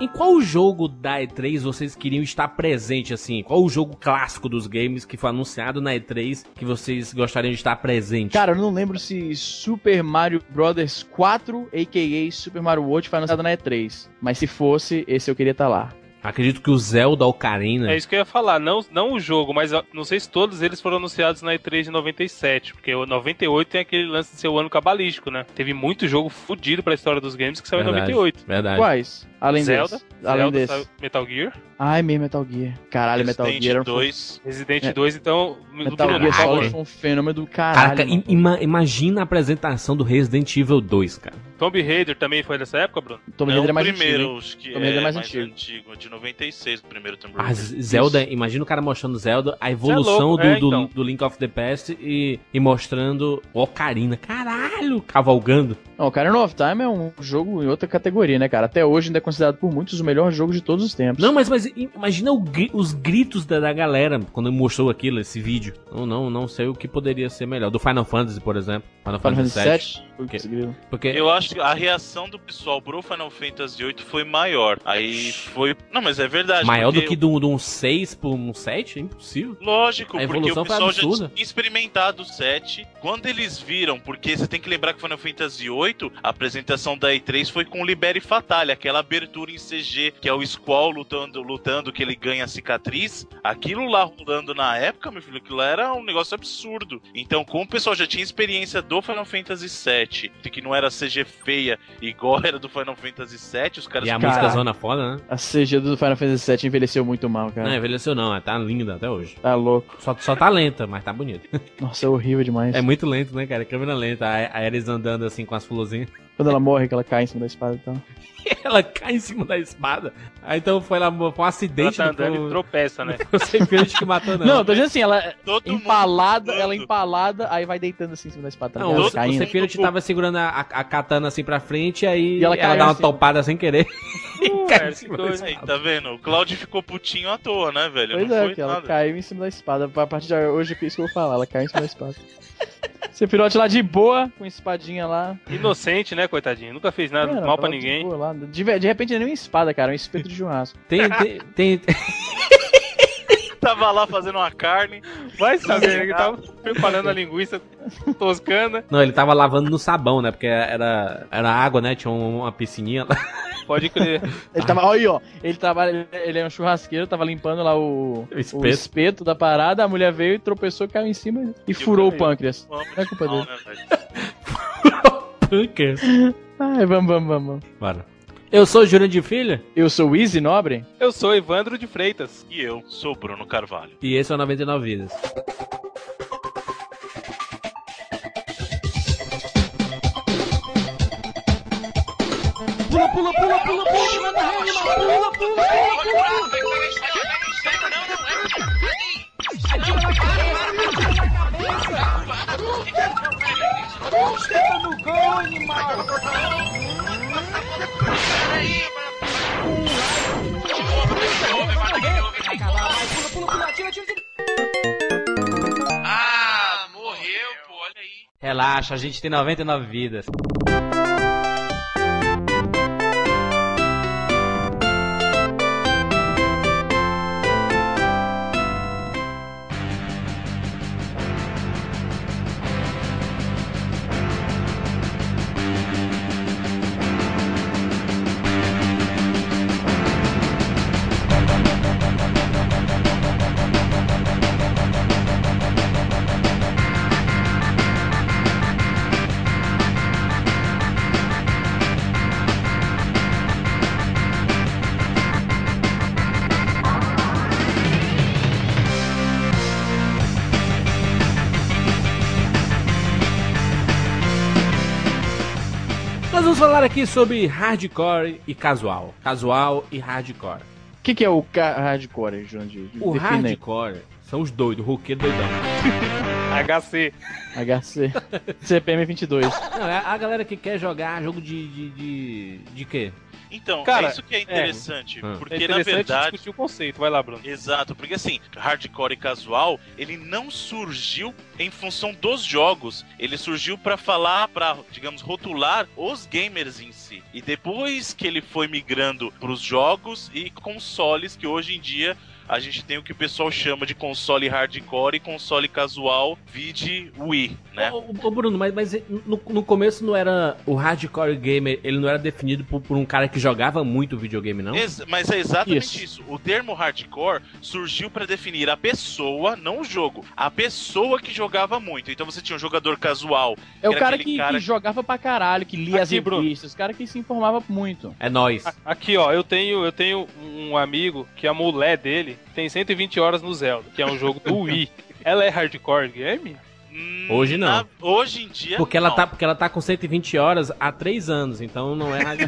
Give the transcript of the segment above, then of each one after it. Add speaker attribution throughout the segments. Speaker 1: Em qual jogo da E3 vocês queriam estar presente, assim? Qual o jogo clássico dos games que foi anunciado na E3 que vocês gostariam de estar presente?
Speaker 2: Cara, eu não lembro se Super Mario Brothers 4, a.k.a. Super Mario World, foi anunciado na E3. Mas se fosse, esse eu queria estar lá.
Speaker 1: Acredito que o Zelda Ocarina...
Speaker 3: É isso que eu ia falar, não, não o jogo, mas eu não sei se todos eles foram anunciados na E3 de 97, porque o 98 tem aquele lance de ser o ano cabalístico, né? Teve muito jogo fudido pra história dos games que saiu é em
Speaker 1: Verdade,
Speaker 3: 98.
Speaker 1: Verdade.
Speaker 2: Quais? Além
Speaker 3: Zelda,
Speaker 2: desse. Além
Speaker 3: Zelda,
Speaker 2: desse.
Speaker 3: saiu Metal Gear,
Speaker 2: Ai, meu Metal Gear. Caralho, Metal
Speaker 4: Resident
Speaker 2: Gear. era um
Speaker 4: 2.
Speaker 3: Resident
Speaker 2: É.
Speaker 3: 2, então...
Speaker 2: fen- Metal Gear
Speaker 1: Caraca.
Speaker 2: Solid foi um fenômeno do caralho.
Speaker 1: Caraca,
Speaker 2: mano.
Speaker 1: im- ima- imagina a apresentação do Resident Evil 2, cara.
Speaker 3: Tomb Raider também foi nessa época, Bruno?
Speaker 2: Tomb
Speaker 4: Não,
Speaker 2: Raider é mais
Speaker 4: primeiro,
Speaker 2: antigo, hein?
Speaker 4: acho que
Speaker 2: Tomb Raider
Speaker 4: é
Speaker 2: é mais
Speaker 4: mais,
Speaker 2: antigo.
Speaker 4: antigo. é de 96 o primeiro Tomb
Speaker 1: Ah,
Speaker 4: Raider.
Speaker 1: Z- Zelda,
Speaker 2: é-
Speaker 1: imagina o cara mostrando Zelda, a
Speaker 3: Isso é
Speaker 1: evolução
Speaker 3: louco,
Speaker 1: do,
Speaker 3: é,
Speaker 1: do-
Speaker 3: então.
Speaker 1: do Link of the Past e, e mostrando Ocarina. Caralho, cavalgando.
Speaker 2: Não, o Ocarina of Time é um jogo em outra categoria, né, cara? Até hoje ainda é considerado por muitos o melhor jogo de todos os tempos.
Speaker 1: Não, mas, mas i- imagina o gri- os gritos da, da galera quando mostrou aquilo, esse vídeo. Não, não, não sei o que poderia ser melhor. Do Final Fantasy, por exemplo. Final,
Speaker 2: Final
Speaker 1: Fantasy VII.
Speaker 2: Fantasy VII? Putz,
Speaker 1: Ok.
Speaker 2: grilo.
Speaker 1: Porque
Speaker 4: Eu acho que a reação do pessoal pro Final Fantasy VIII foi maior. Aí foi. Não, mas é verdade.
Speaker 1: maior do
Speaker 4: porque
Speaker 1: que de um, de um 6 por um 7? É impossível.
Speaker 4: Lógico,
Speaker 1: A
Speaker 4: porque
Speaker 1: evolução
Speaker 4: o
Speaker 1: foi
Speaker 4: pessoal já
Speaker 1: absurda.
Speaker 4: tinha experimentado o 7. Quando eles viram, porque você tem que lembrar que Final Fantasy 8, a apresentação da E3 foi com o Libere Fatale, aquela abertura em CG, que é o Squall lutando, lutando que ele ganha a cicatriz. Aquilo lá rolando na época, meu filho, aquilo lá era um negócio absurdo. Então, como o pessoal já tinha experiência do Final Fantasy 7, de que não era CG feia igual era do Final Fantasy 7, os caras
Speaker 1: E a
Speaker 2: Cara.
Speaker 1: música zona foda, né?
Speaker 2: A CG do Final Fantasy VII envelheceu muito mal,
Speaker 1: Não,
Speaker 2: cara.
Speaker 1: envelheceu não, ela tá linda até hoje.
Speaker 2: Tá louco.
Speaker 1: Só, só tá lenta, mas tá bonita.
Speaker 2: Nossa, é horrível demais.
Speaker 1: É muito lento, né, cara? Câmera lenta. A a Ares andando assim com as florzinhas.
Speaker 2: Quando ela morre, que ela cai em cima da espada então. e tal.
Speaker 1: Ela cai em cima da espada. Aí então foi lá, foi um
Speaker 3: Ela
Speaker 1: acidente.
Speaker 3: tá andando
Speaker 1: não
Speaker 3: e
Speaker 1: foi,
Speaker 3: tropeça, né?
Speaker 1: não foi Sephiroth que matou, não.
Speaker 2: Não, eu tô dizendo assim, ela
Speaker 4: todo
Speaker 2: empalada,
Speaker 4: mundo
Speaker 2: ela
Speaker 4: lutando.
Speaker 2: empalada, aí vai deitando assim em cima da espada. tá
Speaker 1: Não,
Speaker 2: ligado?
Speaker 1: o,
Speaker 4: Ela
Speaker 1: o
Speaker 2: caindo.
Speaker 1: Sephiroth tava segurando a, a- a katana assim pra frente, aí
Speaker 2: E ela
Speaker 1: ela,
Speaker 2: caiu
Speaker 1: dá uma
Speaker 2: assim.
Speaker 1: topada sem querer.
Speaker 3: Uh,
Speaker 1: Cara,
Speaker 3: é,
Speaker 1: esse
Speaker 3: que
Speaker 1: doido.
Speaker 3: doido.
Speaker 4: Aí, tá vendo? O Claudio ficou putinho à toa, né, velho?
Speaker 2: Ah, Pois
Speaker 4: não
Speaker 2: é,
Speaker 4: foi
Speaker 2: que ela
Speaker 4: nada.
Speaker 2: caiu em cima da espada. A partir de hoje é isso que eu vou falar, ela cai em cima da espada. Sephiroth lá de boa, com espadinha lá.
Speaker 3: Inocente, né, coitadinho? Nunca fez nada
Speaker 2: Cara,
Speaker 3: mal
Speaker 2: tá
Speaker 3: pra
Speaker 2: lá de
Speaker 3: ninguém.
Speaker 2: boa lá. De, ve- de repente não é nem uma espada, cara, é um espeto de churrasco.
Speaker 1: Tem, tem, tem,
Speaker 4: Tava lá fazendo uma carne.
Speaker 3: Vai saber, né, ele tava preparando a linguiça toscana.
Speaker 1: Não, ele tava lavando no sabão, né? Porque era, era água, né? Tinha um- uma piscininha lá.
Speaker 3: Pode crer.
Speaker 2: Ele tava, olha aí, ó. Ele tava, ele- ele é um churrasqueiro, tava limpando lá o,
Speaker 1: O espeto.
Speaker 2: o espeto da parada, a mulher veio e tropeçou, caiu em cima e furou o
Speaker 4: caiu.
Speaker 2: pâncreas.
Speaker 4: Vamos
Speaker 2: Não é culpa
Speaker 4: mal,
Speaker 2: dele.
Speaker 4: né, velho?
Speaker 1: Punkers.
Speaker 2: Ai, vamos, vamos, vamos.
Speaker 1: Bora. Eu sou Júlio de Filho
Speaker 2: Eu sou o Easy Nobre?
Speaker 3: Eu sou Evandro de Freitas.
Speaker 4: E eu sou Bruno Carvalho.
Speaker 1: e esse é o 99 Vidas. Relaxa, a gente tem 99 vidas. Nós vamos falar aqui sobre hardcore e casual. Casual e hardcore.
Speaker 2: O que, que é o ca- hardcore, Jurandir?
Speaker 1: O
Speaker 2: Defina aí.
Speaker 1: hardcore são os doidos, o roqueiro doidão.
Speaker 3: HC.
Speaker 2: HC. CPM 22.
Speaker 1: Não, é a galera que quer jogar jogo de. de. de, de quê?
Speaker 4: Então,
Speaker 3: Cara,
Speaker 4: é isso que é interessante.
Speaker 1: Hum.
Speaker 4: Porque,
Speaker 3: É
Speaker 4: na
Speaker 3: interessante
Speaker 4: verdade.
Speaker 3: discutir o conceito. Vai lá, Bruno.
Speaker 4: Exato, porque assim, hardcore e casual, ele não surgiu em função dos jogos, ele surgiu pra falar, pra digamos rotular os gamers em si. E depois que ele foi migrando pros jogos e consoles que hoje em dia a gente tem o que o pessoal chama de console hardcore e console casual, vide Wii, né?
Speaker 1: Ô, ô, ô, Bruno, mas, mas no, no começo não era. O hardcore gamer, ele não era definido por, por um cara que jogava muito videogame, não?
Speaker 4: Ex- mas é exatamente
Speaker 2: Isso.
Speaker 4: isso. O termo hardcore surgiu pra definir a pessoa, não o jogo, a pessoa que jogava muito. Então você tinha um jogador casual
Speaker 2: É o
Speaker 4: Era
Speaker 2: cara
Speaker 4: aquele
Speaker 2: que,
Speaker 4: cara
Speaker 2: que
Speaker 4: que-
Speaker 2: jogava pra caralho, que lia as
Speaker 3: Aqui, Bruno.
Speaker 2: revistas, o cara que se informava muito.
Speaker 1: É nós.
Speaker 3: A- Aqui, ó, eu tenho, eu tenho um amigo que a mulher dele tem 120 horas no Zelda, que é um jogo do Wii. Ela é hardcore game?
Speaker 4: Hum,
Speaker 1: Hoje não.
Speaker 4: na- hoje em dia.
Speaker 1: Porque ela
Speaker 4: É, não.
Speaker 1: tá, porque ela tá com 120 horas há 3 anos, então não é hard...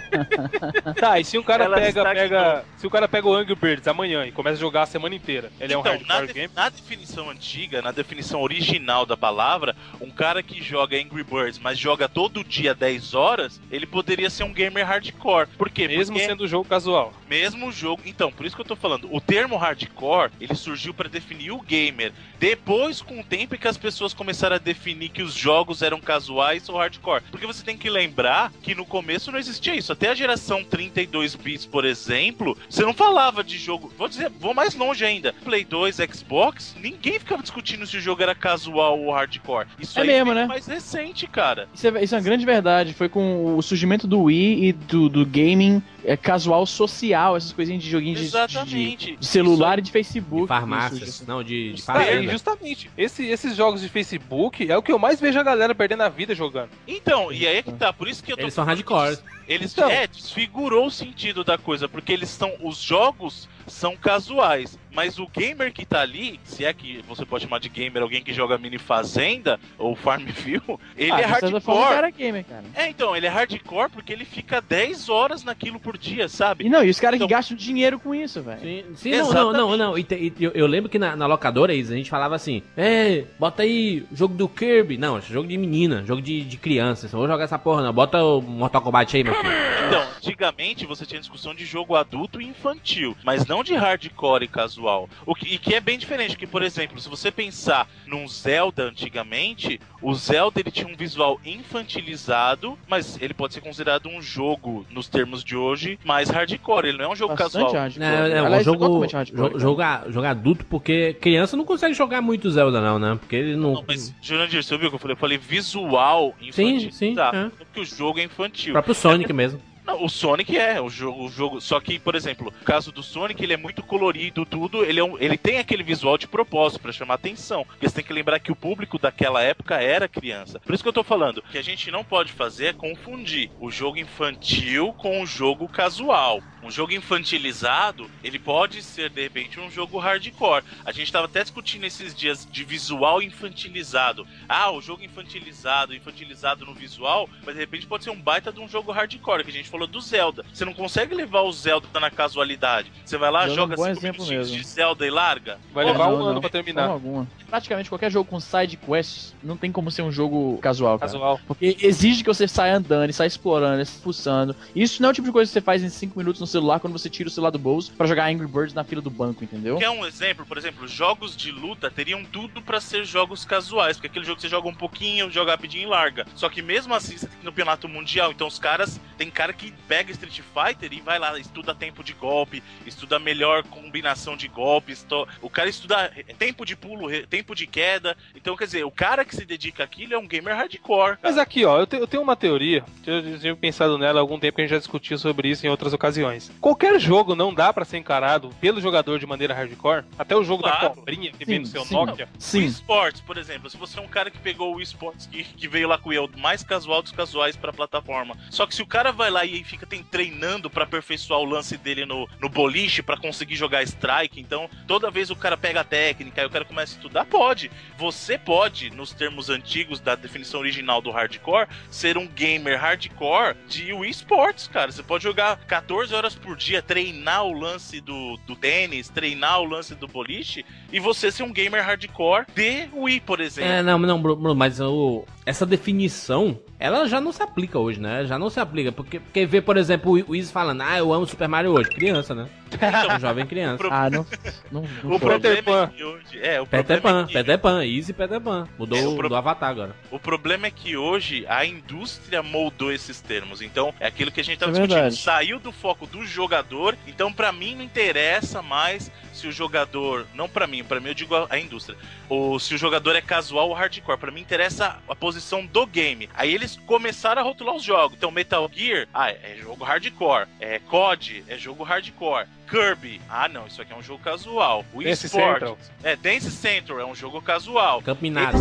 Speaker 3: Tá, e se o cara
Speaker 4: Ela
Speaker 3: pega,
Speaker 4: está que
Speaker 3: pega. Se o cara pega o Angry Birds amanhã e começa a jogar a semana inteira, ele é um
Speaker 4: Então, na,
Speaker 3: hardcore
Speaker 4: de-
Speaker 3: game?
Speaker 4: na definição antiga, na definição original da palavra, um cara que joga Angry Birds, mas joga todo dia 10 horas, ele poderia ser um gamer hardcore. Por quê?
Speaker 3: Mesmo
Speaker 4: Porque
Speaker 3: sendo um jogo casual.
Speaker 4: mesmo jogo. Então, por isso que eu tô falando, o termo hardcore, ele surgiu pra definir o gamer. Depois, com o tempo, é que as pessoas começaram a definir que os jogos eram casuais ou hardcore. Porque você tem que lembrar que no começo não existia isso. Até a geração 32 bits, por exemplo, você não falava de jogo. Vou dizer, vou mais longe ainda. Play 2, Xbox, ninguém ficava discutindo se o jogo era casual ou hardcore. Isso
Speaker 2: É
Speaker 4: aí
Speaker 2: mesmo,
Speaker 4: veio
Speaker 2: né?
Speaker 4: mais recente, cara.
Speaker 2: Isso é, isso é uma grande verdade. Foi com o surgimento do Wii e do, do gaming é, casual social, essas coisinhas de joguinhos de- de,
Speaker 4: Exatamente.
Speaker 2: de celular e de Facebook. assim.
Speaker 1: de farmácias.
Speaker 2: Isso,
Speaker 1: Não, de,
Speaker 4: É,
Speaker 1: de né?
Speaker 3: Tá, e
Speaker 1: fazenda.
Speaker 3: justamente. Esse- esses jogos de Facebook é o que eu mais vejo a galera perdendo a vida jogando.
Speaker 4: Então, e aí é que tá. Por isso que eu tô
Speaker 1: Eles são hardcore.
Speaker 4: Eles
Speaker 3: Então-
Speaker 4: é, desfigurou o sentido da coisa, porque eles são. Os jogos são casuais. Mas o gamer que tá ali, se é que você pode chamar de gamer alguém que joga mini fazenda ou Farmville, ele
Speaker 2: Ah,
Speaker 4: é
Speaker 2: de certa forma, o
Speaker 4: hardcore.
Speaker 2: cara é gamer, cara.
Speaker 4: É, então, ele é hardcore porque ele fica 10 horas naquilo por dia, sabe?
Speaker 2: E não, e os caras que
Speaker 4: Então-
Speaker 2: gastam dinheiro com isso, velho.
Speaker 1: Sim, sim, não, não, não, não. E te- e eu, eu lembro que na, na locadora, Isa, a gente falava assim: é, bota aí jogo do Kirby. Não, esse é jogo de menina, jogo de, de criança. Eu não vou jogar essa porra, não. Bota o Mortal Kombat aí, meu filho.
Speaker 4: Então, antigamente você tinha discussão de jogo adulto e infantil, mas não de hardcore e casual. O que, e que é bem diferente, porque, por exemplo, se você pensar num Zelda antigamente, o Zelda ele tinha um visual infantilizado, mas ele pode ser considerado um jogo, nos termos de hoje, mais hardcore. Ele não é um jogo casual.
Speaker 2: hardcore.
Speaker 1: Não, é um
Speaker 2: Tipo, Aliás,
Speaker 1: jogo,
Speaker 2: totalmente
Speaker 1: jo-
Speaker 2: hardcore,
Speaker 1: jogo,
Speaker 2: cara.
Speaker 1: a- jogo adulto, porque criança não consegue jogar muito Zelda, não, né? Porque ele não.
Speaker 4: Não, mas, Jurandir, você viu o que eu falei? Eu falei visual
Speaker 1: Sim, sim.
Speaker 4: infantilizado.
Speaker 1: é.
Speaker 4: Porque o jogo é
Speaker 1: O
Speaker 4: infantil.
Speaker 1: próprio Sonic mesmo.
Speaker 4: Não, o Sonic é o jogo, o jogo. Só que, por exemplo, o caso do Sonic, ele é muito colorido, tudo. Ele, é um- ele tem aquele visual de propósito pra chamar atenção. Porque você tem que lembrar que o público daquela época era criança. Por isso que eu tô falando. O que a gente não pode fazer é confundir o jogo infantil com o jogo casual. Um jogo infantilizado, ele pode ser, de repente, um jogo hardcore. A gente tava até discutindo esses dias de visual infantilizado. Ah, o jogo infantilizado, infantilizado no visual, mas de repente pode ser um baita de um jogo hardcore, que a gente falou do Zelda. Você não consegue levar o Zelda na casualidade. Você vai lá,
Speaker 2: Zelda é um
Speaker 4: joga
Speaker 2: bom
Speaker 4: 5
Speaker 2: exemplo
Speaker 4: minutinhos
Speaker 2: mesmo.
Speaker 4: de Zelda e larga.
Speaker 3: Vai
Speaker 4: Pô,
Speaker 3: levar
Speaker 2: não,
Speaker 3: um
Speaker 2: não.
Speaker 3: ano pra terminar.
Speaker 2: Forma alguma. Praticamente qualquer jogo com side quests não tem como ser um jogo casual, cara.
Speaker 3: Casual.
Speaker 2: Porque exige que você saia andando, e saia explorando, e saia fuçando. Isso não é o tipo de coisa que você faz em 5 minutos no celular quando você tira o celular do bolso pra jogar Angry Birds na fila do banco, entendeu?
Speaker 4: Quer um exemplo? Por exemplo, jogos de luta teriam tudo pra ser jogos casuais, porque aquele jogo que você joga um pouquinho, joga rapidinho e larga. Só que mesmo assim, você tem campeonato mundial, então os caras, tem cara que pega Street Fighter e vai lá, estuda tempo de golpe, estuda a melhor combinação de golpes, to- o cara estuda eh, tempo de pulo, re- tempo de queda. Então, quer dizer, o cara que se dedica àquilo é um gamer hardcore.
Speaker 3: Mas
Speaker 4: cara.
Speaker 3: aqui, ó, eu, te- eu tenho uma teoria, eu já tinha pensado nela há algum tempo, que a gente já discutiu sobre isso em outras ocasiões. Qualquer jogo não dá pra ser encarado pelo jogador de maneira hardcore, até o jogo da
Speaker 4: Claro.
Speaker 3: cobrinha que
Speaker 2: Sim,
Speaker 3: vem no seu
Speaker 2: sim.
Speaker 3: Nokia.
Speaker 4: Wii
Speaker 2: Sim.
Speaker 4: Sports, por exemplo, se você é um cara que pegou o Wii Sports, que, que veio lá com o eu mais casual dos casuais pra plataforma. Só que se o cara vai lá e fica tem, treinando pra aperfeiçoar o lance dele no, no boliche pra conseguir jogar strike, então toda vez o cara pega a técnica e o cara começa a estudar, pode. Você pode, nos termos antigos da definição original do hardcore, ser um gamer hardcore de Wii Sports, cara. Você pode jogar 14 horas por dia, treinar o lance do, do tênis, treinar o lance do boliche e você ser um gamer hardcore de Wii, por exemplo.
Speaker 1: É, não, não, Bruno, mas o, essa definição, ela já não se aplica hoje, né? Já não se aplica. Porque, porque vê, por exemplo, o Wiz falando, ah, eu amo Super Mario hoje. Criança, né? Um jovem criança.
Speaker 2: Ah, não. não, não
Speaker 4: O
Speaker 2: foi.
Speaker 4: problema
Speaker 3: Pan.
Speaker 4: é que hoje. É, o
Speaker 1: Peter
Speaker 4: problema
Speaker 1: Pan,
Speaker 4: é que-
Speaker 1: Peter Pan, Easy Peter Pan. Mudou
Speaker 4: É, o
Speaker 1: o
Speaker 4: pro-
Speaker 1: do Avatar agora.
Speaker 4: O problema é que hoje a indústria moldou esses termos. Então, é aquilo que a gente tava
Speaker 2: É
Speaker 4: discutindo.
Speaker 2: verdade.
Speaker 4: Saiu do foco do jogador. Então, pra mim, não interessa mais se o jogador. Não pra mim, pra mim eu digo a, a indústria. Ou se o jogador é casual ou hardcore. Pra mim interessa a posição do game. Aí eles começaram a rotular os jogos. Então, Metal Gear, ah, é jogo hardcore. É COD, é jogo hardcore. Kirby, ah não, isso aqui é um jogo casual. O
Speaker 3: Dance Central.
Speaker 4: É, Dance Central é um jogo casual.
Speaker 1: Campo minado.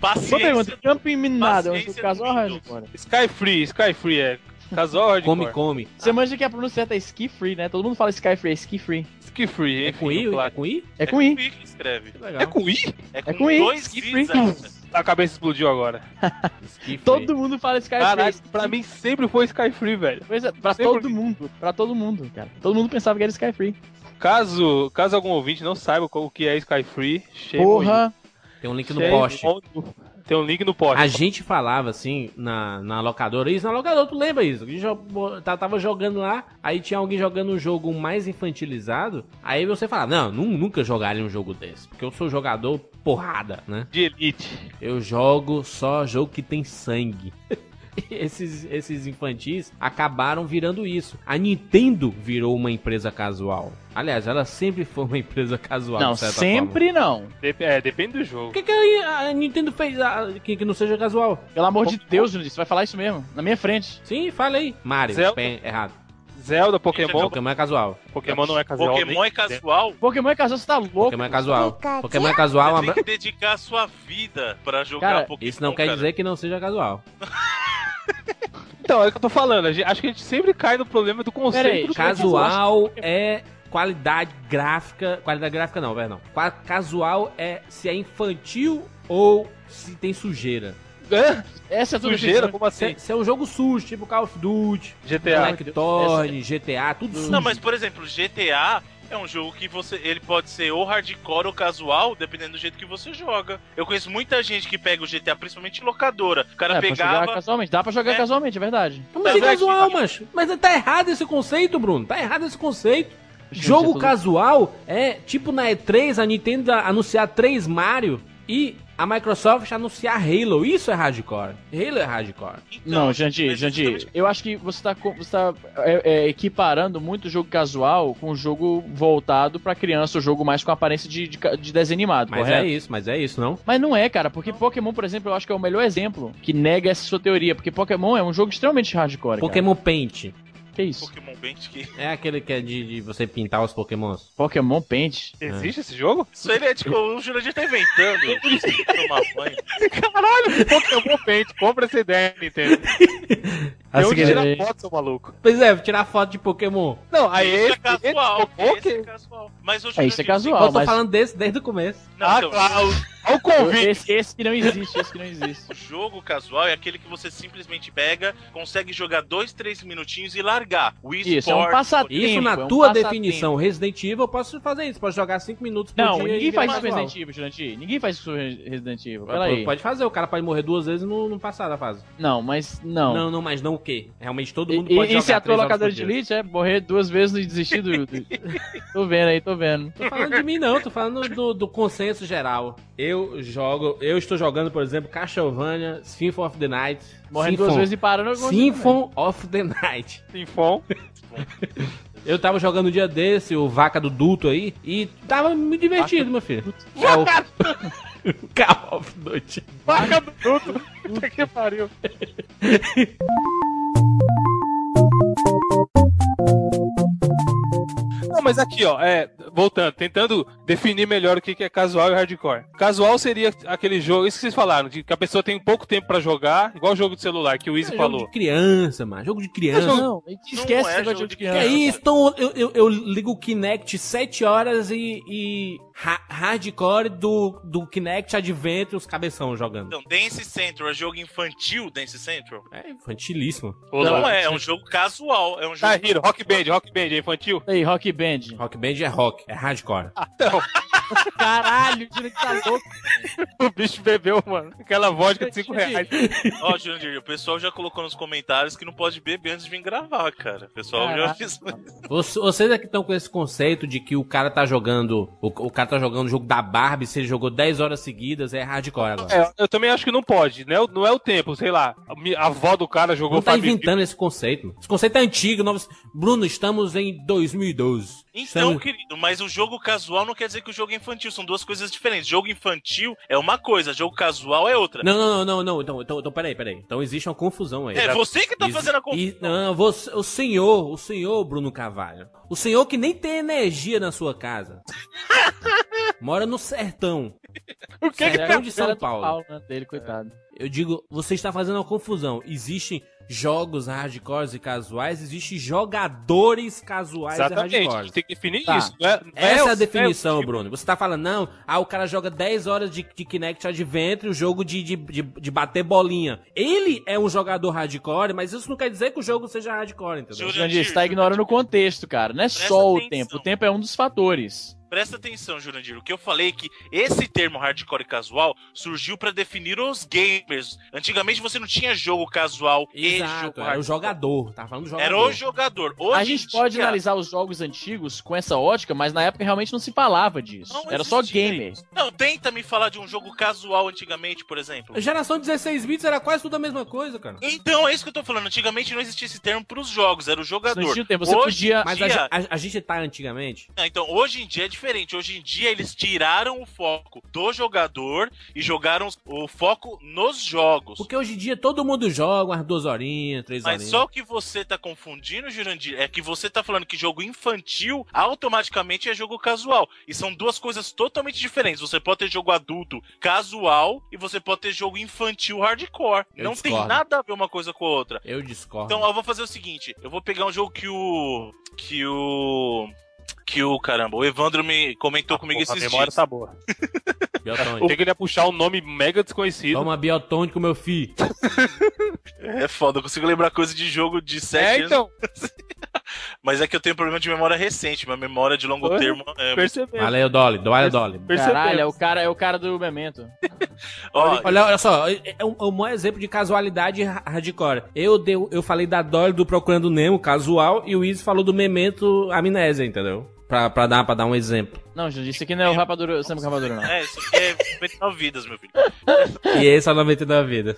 Speaker 2: Uma
Speaker 4: Paciência
Speaker 2: pergunta, Jumping Minado é um
Speaker 4: Paciência
Speaker 2: caso
Speaker 4: do Windows.
Speaker 2: hardcore.
Speaker 3: Skyfree, Skyfree é. Casual hardcore.
Speaker 1: Come, come.
Speaker 2: Você manja que a pronúncia certa é ski free, né? Todo mundo fala sky free, é ski free.
Speaker 3: Skyfree,
Speaker 1: É
Speaker 3: enfim,
Speaker 1: com I?
Speaker 3: o
Speaker 1: É
Speaker 3: clássico.
Speaker 1: com I?
Speaker 2: É com i.
Speaker 4: que escreve.
Speaker 1: Que
Speaker 3: É
Speaker 1: legal.
Speaker 3: com I?
Speaker 4: É com,
Speaker 2: É com i.
Speaker 4: dois
Speaker 2: Ski
Speaker 4: Is,
Speaker 2: free.
Speaker 4: essa.
Speaker 3: A cabeça explodiu agora.
Speaker 1: Esquife.
Speaker 2: Todo mundo fala sky free.
Speaker 1: é
Speaker 3: Caralho,
Speaker 2: ski
Speaker 3: pra
Speaker 2: free.
Speaker 3: mim sempre foi Skyfree, velho.
Speaker 2: Pois é, pra
Speaker 3: Não sei por
Speaker 2: todo
Speaker 3: quê.
Speaker 2: mundo, pra todo mundo, cara. Todo mundo pensava que era Sky Free.
Speaker 3: Caso, caso algum ouvinte não saiba qual- o que é Skyfree, shame on you.
Speaker 2: Porra,
Speaker 1: Tem um link no
Speaker 3: Shame
Speaker 1: post.
Speaker 3: on you. Tem um link no post.
Speaker 1: A gente falava assim na, na locadora, isso na locadora, tu lembra isso? Que jo- bo- tá- tava jogando lá, aí tinha alguém jogando um jogo mais infantilizado, aí você falava, não, nu- nunca jogaria um jogo desse, porque eu sou jogador porrada, né?
Speaker 3: De Elite.
Speaker 1: Eu jogo só jogo que tem sangue. Esses, esses infantis acabaram virando isso. A Nintendo virou uma empresa casual. Aliás, ela sempre foi uma empresa casual.
Speaker 2: não,
Speaker 1: de certa
Speaker 2: sempre não.
Speaker 3: Dep- é, depende do
Speaker 1: forma. O
Speaker 3: jogo.
Speaker 1: que, que a a Nintendo fez ah, que, que não seja casual?
Speaker 2: Pelo amor de Deus, Juninho, você vai falar isso mesmo, na minha frente.
Speaker 1: Sim, fala aí. Mario,
Speaker 3: Zelda.
Speaker 1: pé, errado.
Speaker 3: Zelda, Pokémon.
Speaker 1: Pokémon é casual.
Speaker 3: Pokémon não é casual.
Speaker 4: Pokémon é
Speaker 3: nem-
Speaker 4: casual.
Speaker 2: Pokémon é casal, você tá louco.
Speaker 1: Pokémon é casual.
Speaker 5: Pikachu.
Speaker 1: Pokémon é casual.
Speaker 4: Você
Speaker 1: abra-
Speaker 4: tem que dedicar a sua vida pra jogar
Speaker 2: Cara,
Speaker 4: Pokémon.
Speaker 1: Isso não quer
Speaker 4: cara.
Speaker 1: dizer que não seja casual.
Speaker 3: Então, é o que eu tô falando. a gente- acho que a gente sempre cai no problema do conceito
Speaker 2: Pera aí,
Speaker 3: do
Speaker 1: Casual é qualidade gráfica. Qualidade gráfica não, velho, não. Qua- Casual é se é infantil ou se tem sujeira.
Speaker 3: Hã?
Speaker 2: Essa é tudo
Speaker 3: Sujeira?
Speaker 2: definição.
Speaker 3: Como
Speaker 1: Se,
Speaker 3: assim?
Speaker 1: se é um jogo sujo, tipo Call of Duty,
Speaker 3: GTA.
Speaker 1: Black Thorn, GTA, tudo sujo.
Speaker 4: Não, mas por exemplo, GTA é um jogo que você. Ele pode ser ou hardcore ou casual, dependendo do jeito que você joga. Eu conheço muita gente que pega o GTA, principalmente locadora. O cara
Speaker 2: É, pra jogar
Speaker 4: pegava.
Speaker 2: casualmente. Dá pra jogar
Speaker 4: É.
Speaker 2: casualmente, é verdade.
Speaker 1: Mas é
Speaker 4: Mas é que-
Speaker 1: casual, mas, mas tá errado esse conceito, Bruno. Tá errado esse conceito.
Speaker 2: Gente,
Speaker 1: Jogo
Speaker 2: é tudo-
Speaker 1: casual é tipo na E3 a Nintendo anunciar 3 Mario e a Microsoft anunciar Halo. Isso é hardcore. Halo é hardcore.
Speaker 4: Então,
Speaker 2: Não, Jandir,
Speaker 4: mas tipo
Speaker 2: Jandir,
Speaker 4: justamente-
Speaker 2: eu acho que você tá, co- você tá é, é, equiparando muito o jogo casual com o jogo voltado pra criança, o jogo mais com aparência de, de, ca- de desenho animado,
Speaker 1: Mas
Speaker 2: correto?
Speaker 1: é isso, mas é isso, não?
Speaker 2: Mas não é, cara, porque Pokémon, por exemplo, eu acho que é o melhor exemplo que nega essa sua teoria, porque Pokémon é um jogo extremamente hardcore. Pokémon.
Speaker 1: Pokémon Paint.
Speaker 2: Que isso?
Speaker 4: um Pokémon Paint que.
Speaker 1: É aquele que é de, de você pintar os pokémons.
Speaker 2: Pokémon Paint.
Speaker 3: Existe esse jogo?
Speaker 4: Isso ele é tipo, o Jurandir tá inventando. é Tomar banho.
Speaker 3: Caralho, Pokémon Paint. Compra essa ideia, Nintendo. Tem
Speaker 1: Assim
Speaker 3: onde
Speaker 1: que-
Speaker 3: tirar foto, seu maluco.
Speaker 1: Pois é, tirar foto de pokémon.
Speaker 3: Não, aí
Speaker 4: Isso é
Speaker 3: esse... esse
Speaker 4: casual.
Speaker 3: Pokémon
Speaker 4: Esse é
Speaker 3: que-
Speaker 4: casual. Mas o
Speaker 2: É, isso é
Speaker 4: Jurandir-
Speaker 2: casual,
Speaker 1: Eu tô
Speaker 2: mas
Speaker 1: falando desse desde o começo.
Speaker 4: Não,
Speaker 3: Ah,
Speaker 4: então,
Speaker 3: claro. Olha o
Speaker 4: É,
Speaker 3: convite.
Speaker 2: esse, esse que não existe, esse que não existe.
Speaker 4: O jogo casual é aquele que você simplesmente pega, consegue jogar dois, três minutinhos e largar. O
Speaker 2: Isso, é um passatempo.
Speaker 1: Isso na
Speaker 2: é um
Speaker 1: tua
Speaker 2: passatempo.
Speaker 1: definição, Resident Evil, eu posso fazer isso. Posso jogar 5 minutos por
Speaker 2: Não,
Speaker 1: dia.
Speaker 2: ninguém
Speaker 1: e virar
Speaker 2: faz isso com
Speaker 1: casual.
Speaker 2: Resident Evil, Jurandir. Ninguém faz isso com Resident Evil.
Speaker 1: Pô,
Speaker 2: Pera aí.
Speaker 1: Pode fazer, o cara pode morrer duas vezes e não, não passar da fase.
Speaker 2: Não, mas não.
Speaker 1: Não. não, mas não o quê? Realmente todo mundo
Speaker 2: E, é
Speaker 1: pode
Speaker 2: e
Speaker 1: jogar
Speaker 2: se a tua
Speaker 1: três
Speaker 2: locadora
Speaker 1: jogos
Speaker 2: de
Speaker 1: por dia.
Speaker 2: elite é morrer duas vezes e desistir do. do- tô vendo aí, tô vendo.
Speaker 1: Tô falando de mim não, tô falando do, do consenso geral. Eu jogo, eu estou jogando, por exemplo, Castlevania, Symphony of the Night.
Speaker 2: Morrendo
Speaker 1: Symphon-
Speaker 2: duas vezes e parando alguma coisa
Speaker 1: Symphony of the Night.
Speaker 3: Sinfon.
Speaker 1: Eu tava jogando um dia desse, o Vaca do Duto aí, e tava me divertindo, meu filho. É o- Call of Duty.
Speaker 3: Vaca do Duto. Puta que pariu. Não, mas aqui, ó, é, voltando, tentando definir melhor o que que é casual e hardcore. Casual seria aquele jogo, isso que vocês falaram, de que a pessoa tem pouco tempo pra jogar, igual o jogo de celular que o
Speaker 1: É
Speaker 3: Easy
Speaker 1: Jogo
Speaker 3: falou.
Speaker 1: de criança, mano. É, Jogo de criança.
Speaker 2: também. Não, esquece
Speaker 4: Não é
Speaker 2: esse negócio
Speaker 4: jogo
Speaker 2: de
Speaker 4: de
Speaker 1: Que é
Speaker 2: criança.
Speaker 1: isso? Então eu, eu, eu ligo o Kinect 7 horas e, e ha- hardcore do, do Kinect Adventure, os cabeção jogando.
Speaker 4: Então, Dance Central é jogo infantil, Dance Central?
Speaker 1: É infantilíssimo.
Speaker 4: Não, é, é um jogo casual. É um
Speaker 3: Tá,
Speaker 4: jogo.
Speaker 3: Hiro, Rock Band, Rock Band, é infantil?
Speaker 2: Aí, Rock Band.
Speaker 1: Rock Band é rock, é hardcore.
Speaker 3: Então,
Speaker 2: Caralho, o Júlio tá louco.
Speaker 3: O bicho bebeu, mano. Aquela vodka de 5 reais.
Speaker 4: Ó, Jurandir, o pessoal já colocou nos comentários que não pode beber antes de vir gravar, cara. O pessoal já
Speaker 2: Caraca.
Speaker 4: fez.
Speaker 1: Vocês vocês é que estão com esse conceito de que o cara tá jogando. O, o cara tá jogando o jogo da Barbie, se ele jogou 10 horas seguidas, é hardcore agora.
Speaker 3: É, eu também acho que não pode, né? Não é o tempo, sei lá. A mi- a avó do cara jogou
Speaker 1: Não tá
Speaker 3: Famicom.
Speaker 1: inventando esse conceito. mano. Esse conceito é antigo. Novos... Bruno, estamos em 2012.
Speaker 2: é
Speaker 4: Então,
Speaker 2: um
Speaker 1: Estamos-
Speaker 4: querido, mas o jogo casual não quer dizer que o jogo é infantil, são duas coisas diferentes. Jogo infantil é uma coisa, jogo casual é outra.
Speaker 1: Não, não, não, não, não. Então, então, então peraí, peraí. Então existe uma confusão aí.
Speaker 4: é você que tá
Speaker 1: Exi-
Speaker 4: fazendo a confusão.
Speaker 1: e- não, não, você- o senhor, o senhor Bruno Carvalho. O senhor que nem tem energia na sua casa. Mora no sertão.
Speaker 3: O que que
Speaker 1: Sério?
Speaker 3: tá...
Speaker 2: um
Speaker 1: de São Paulo.
Speaker 2: né, dele,
Speaker 4: É.
Speaker 2: coitado.
Speaker 1: Eu digo, você está fazendo uma confusão. Existem jogos hardcores e casuais, existem jogadores casuais e
Speaker 3: Exatamente, a
Speaker 1: hardcores.
Speaker 3: gente tem que definir
Speaker 2: é Tá.
Speaker 3: isso. Não é, não é
Speaker 1: Essa é
Speaker 3: o-
Speaker 1: a definição,
Speaker 3: é o-
Speaker 1: Bruno. Você tá falando, não, ah, o cara joga 10 horas de, de Kinect Adventure, o jogo de, de, de, de bater bolinha. Ele é um jogador hardcore, mas isso não quer dizer que o jogo seja hardcore, entendeu?
Speaker 4: Juro.
Speaker 2: Jandir, você tá ignorando o contexto, cara. Não é
Speaker 4: Presta
Speaker 2: só o
Speaker 4: atenção.
Speaker 2: tempo. O tempo é um dos fatores.
Speaker 4: Presta atenção, Jurandir. O que eu falei é que esse termo hardcore e casual surgiu pra definir os gamers. Antigamente você não tinha jogo casual e
Speaker 1: Exato,
Speaker 4: jogo
Speaker 1: era o
Speaker 4: hardcore.
Speaker 1: jogador, tá falando do jogador.
Speaker 4: Era o jogador. Hoje
Speaker 2: a gente
Speaker 4: em
Speaker 2: pode
Speaker 4: dia,
Speaker 2: analisar os jogos antigos com essa ótica, mas na época realmente não se falava disso.
Speaker 4: não
Speaker 2: Era só
Speaker 4: existia
Speaker 2: gamer.
Speaker 4: isso. Não, tenta me falar de um jogo casual antigamente, por exemplo.
Speaker 1: Geração 16 bits era quase tudo a mesma coisa, cara.
Speaker 4: Então, é isso que eu tô falando. Antigamente não existia esse termo pros jogos, era o
Speaker 2: Isso Não
Speaker 4: jogador.
Speaker 2: tinha tempo. Você
Speaker 4: Hoje-
Speaker 2: podia.
Speaker 1: Mas a,
Speaker 4: Tia.
Speaker 1: ge- a- a gente tá antigamente.
Speaker 4: Ah, Então, hoje em dia é diferente. Hoje em dia eles tiraram o foco do jogador e jogaram o foco nos jogos.
Speaker 1: Porque hoje em dia todo mundo joga umas duas horinhas, três
Speaker 4: Mas
Speaker 1: horinhas.
Speaker 4: só o que você tá confundindo, Jurandir, é que você tá falando que jogo infantil automaticamente é jogo casual. E são duas coisas totalmente diferentes. Você pode ter jogo adulto casual e você pode ter jogo infantil hardcore.
Speaker 1: Eu
Speaker 4: Não tem
Speaker 1: discordo.
Speaker 4: nada a ver uma coisa com a outra.
Speaker 1: Eu discordo.
Speaker 4: Então eu vou fazer o seguinte: eu vou pegar um jogo que o. que o. que o caramba, o Evandro me comentou comigo
Speaker 3: Porra, a
Speaker 4: esses
Speaker 3: memória
Speaker 4: dias.
Speaker 3: tá boa.
Speaker 1: Biotônico.
Speaker 3: Tem que ele ia puxar um nome mega desconhecido.
Speaker 1: Toma biotônico, meu filho.
Speaker 4: É foda, eu consigo lembrar coisa de jogo de 7
Speaker 3: É,
Speaker 4: anos.
Speaker 3: então,
Speaker 4: Mas é que eu tenho problema de memória recente, minha memória de longo
Speaker 3: Porra.
Speaker 4: termo. É...
Speaker 3: percebeu.
Speaker 1: Valeu, Dolly. Dolly, Dolly.
Speaker 2: Caralho, é o cara, é o cara do Memento.
Speaker 4: Ó,
Speaker 1: Olha, olha só, é é um, é um maior exemplo de casualidade ra- hardcore. Eu, deu, eu falei da Dolly do Procurando Nemo, casual, e o Izzy falou do Memento Amnésia, entendeu? Pra, pra, dar, pra dar um exemplo.
Speaker 2: Não, Jandir, isso aqui não é o Rapadura, Sam Rapadura, não.
Speaker 4: É, isso aqui é 29 vidas, meu filho.
Speaker 1: E esse é o 90 da vida.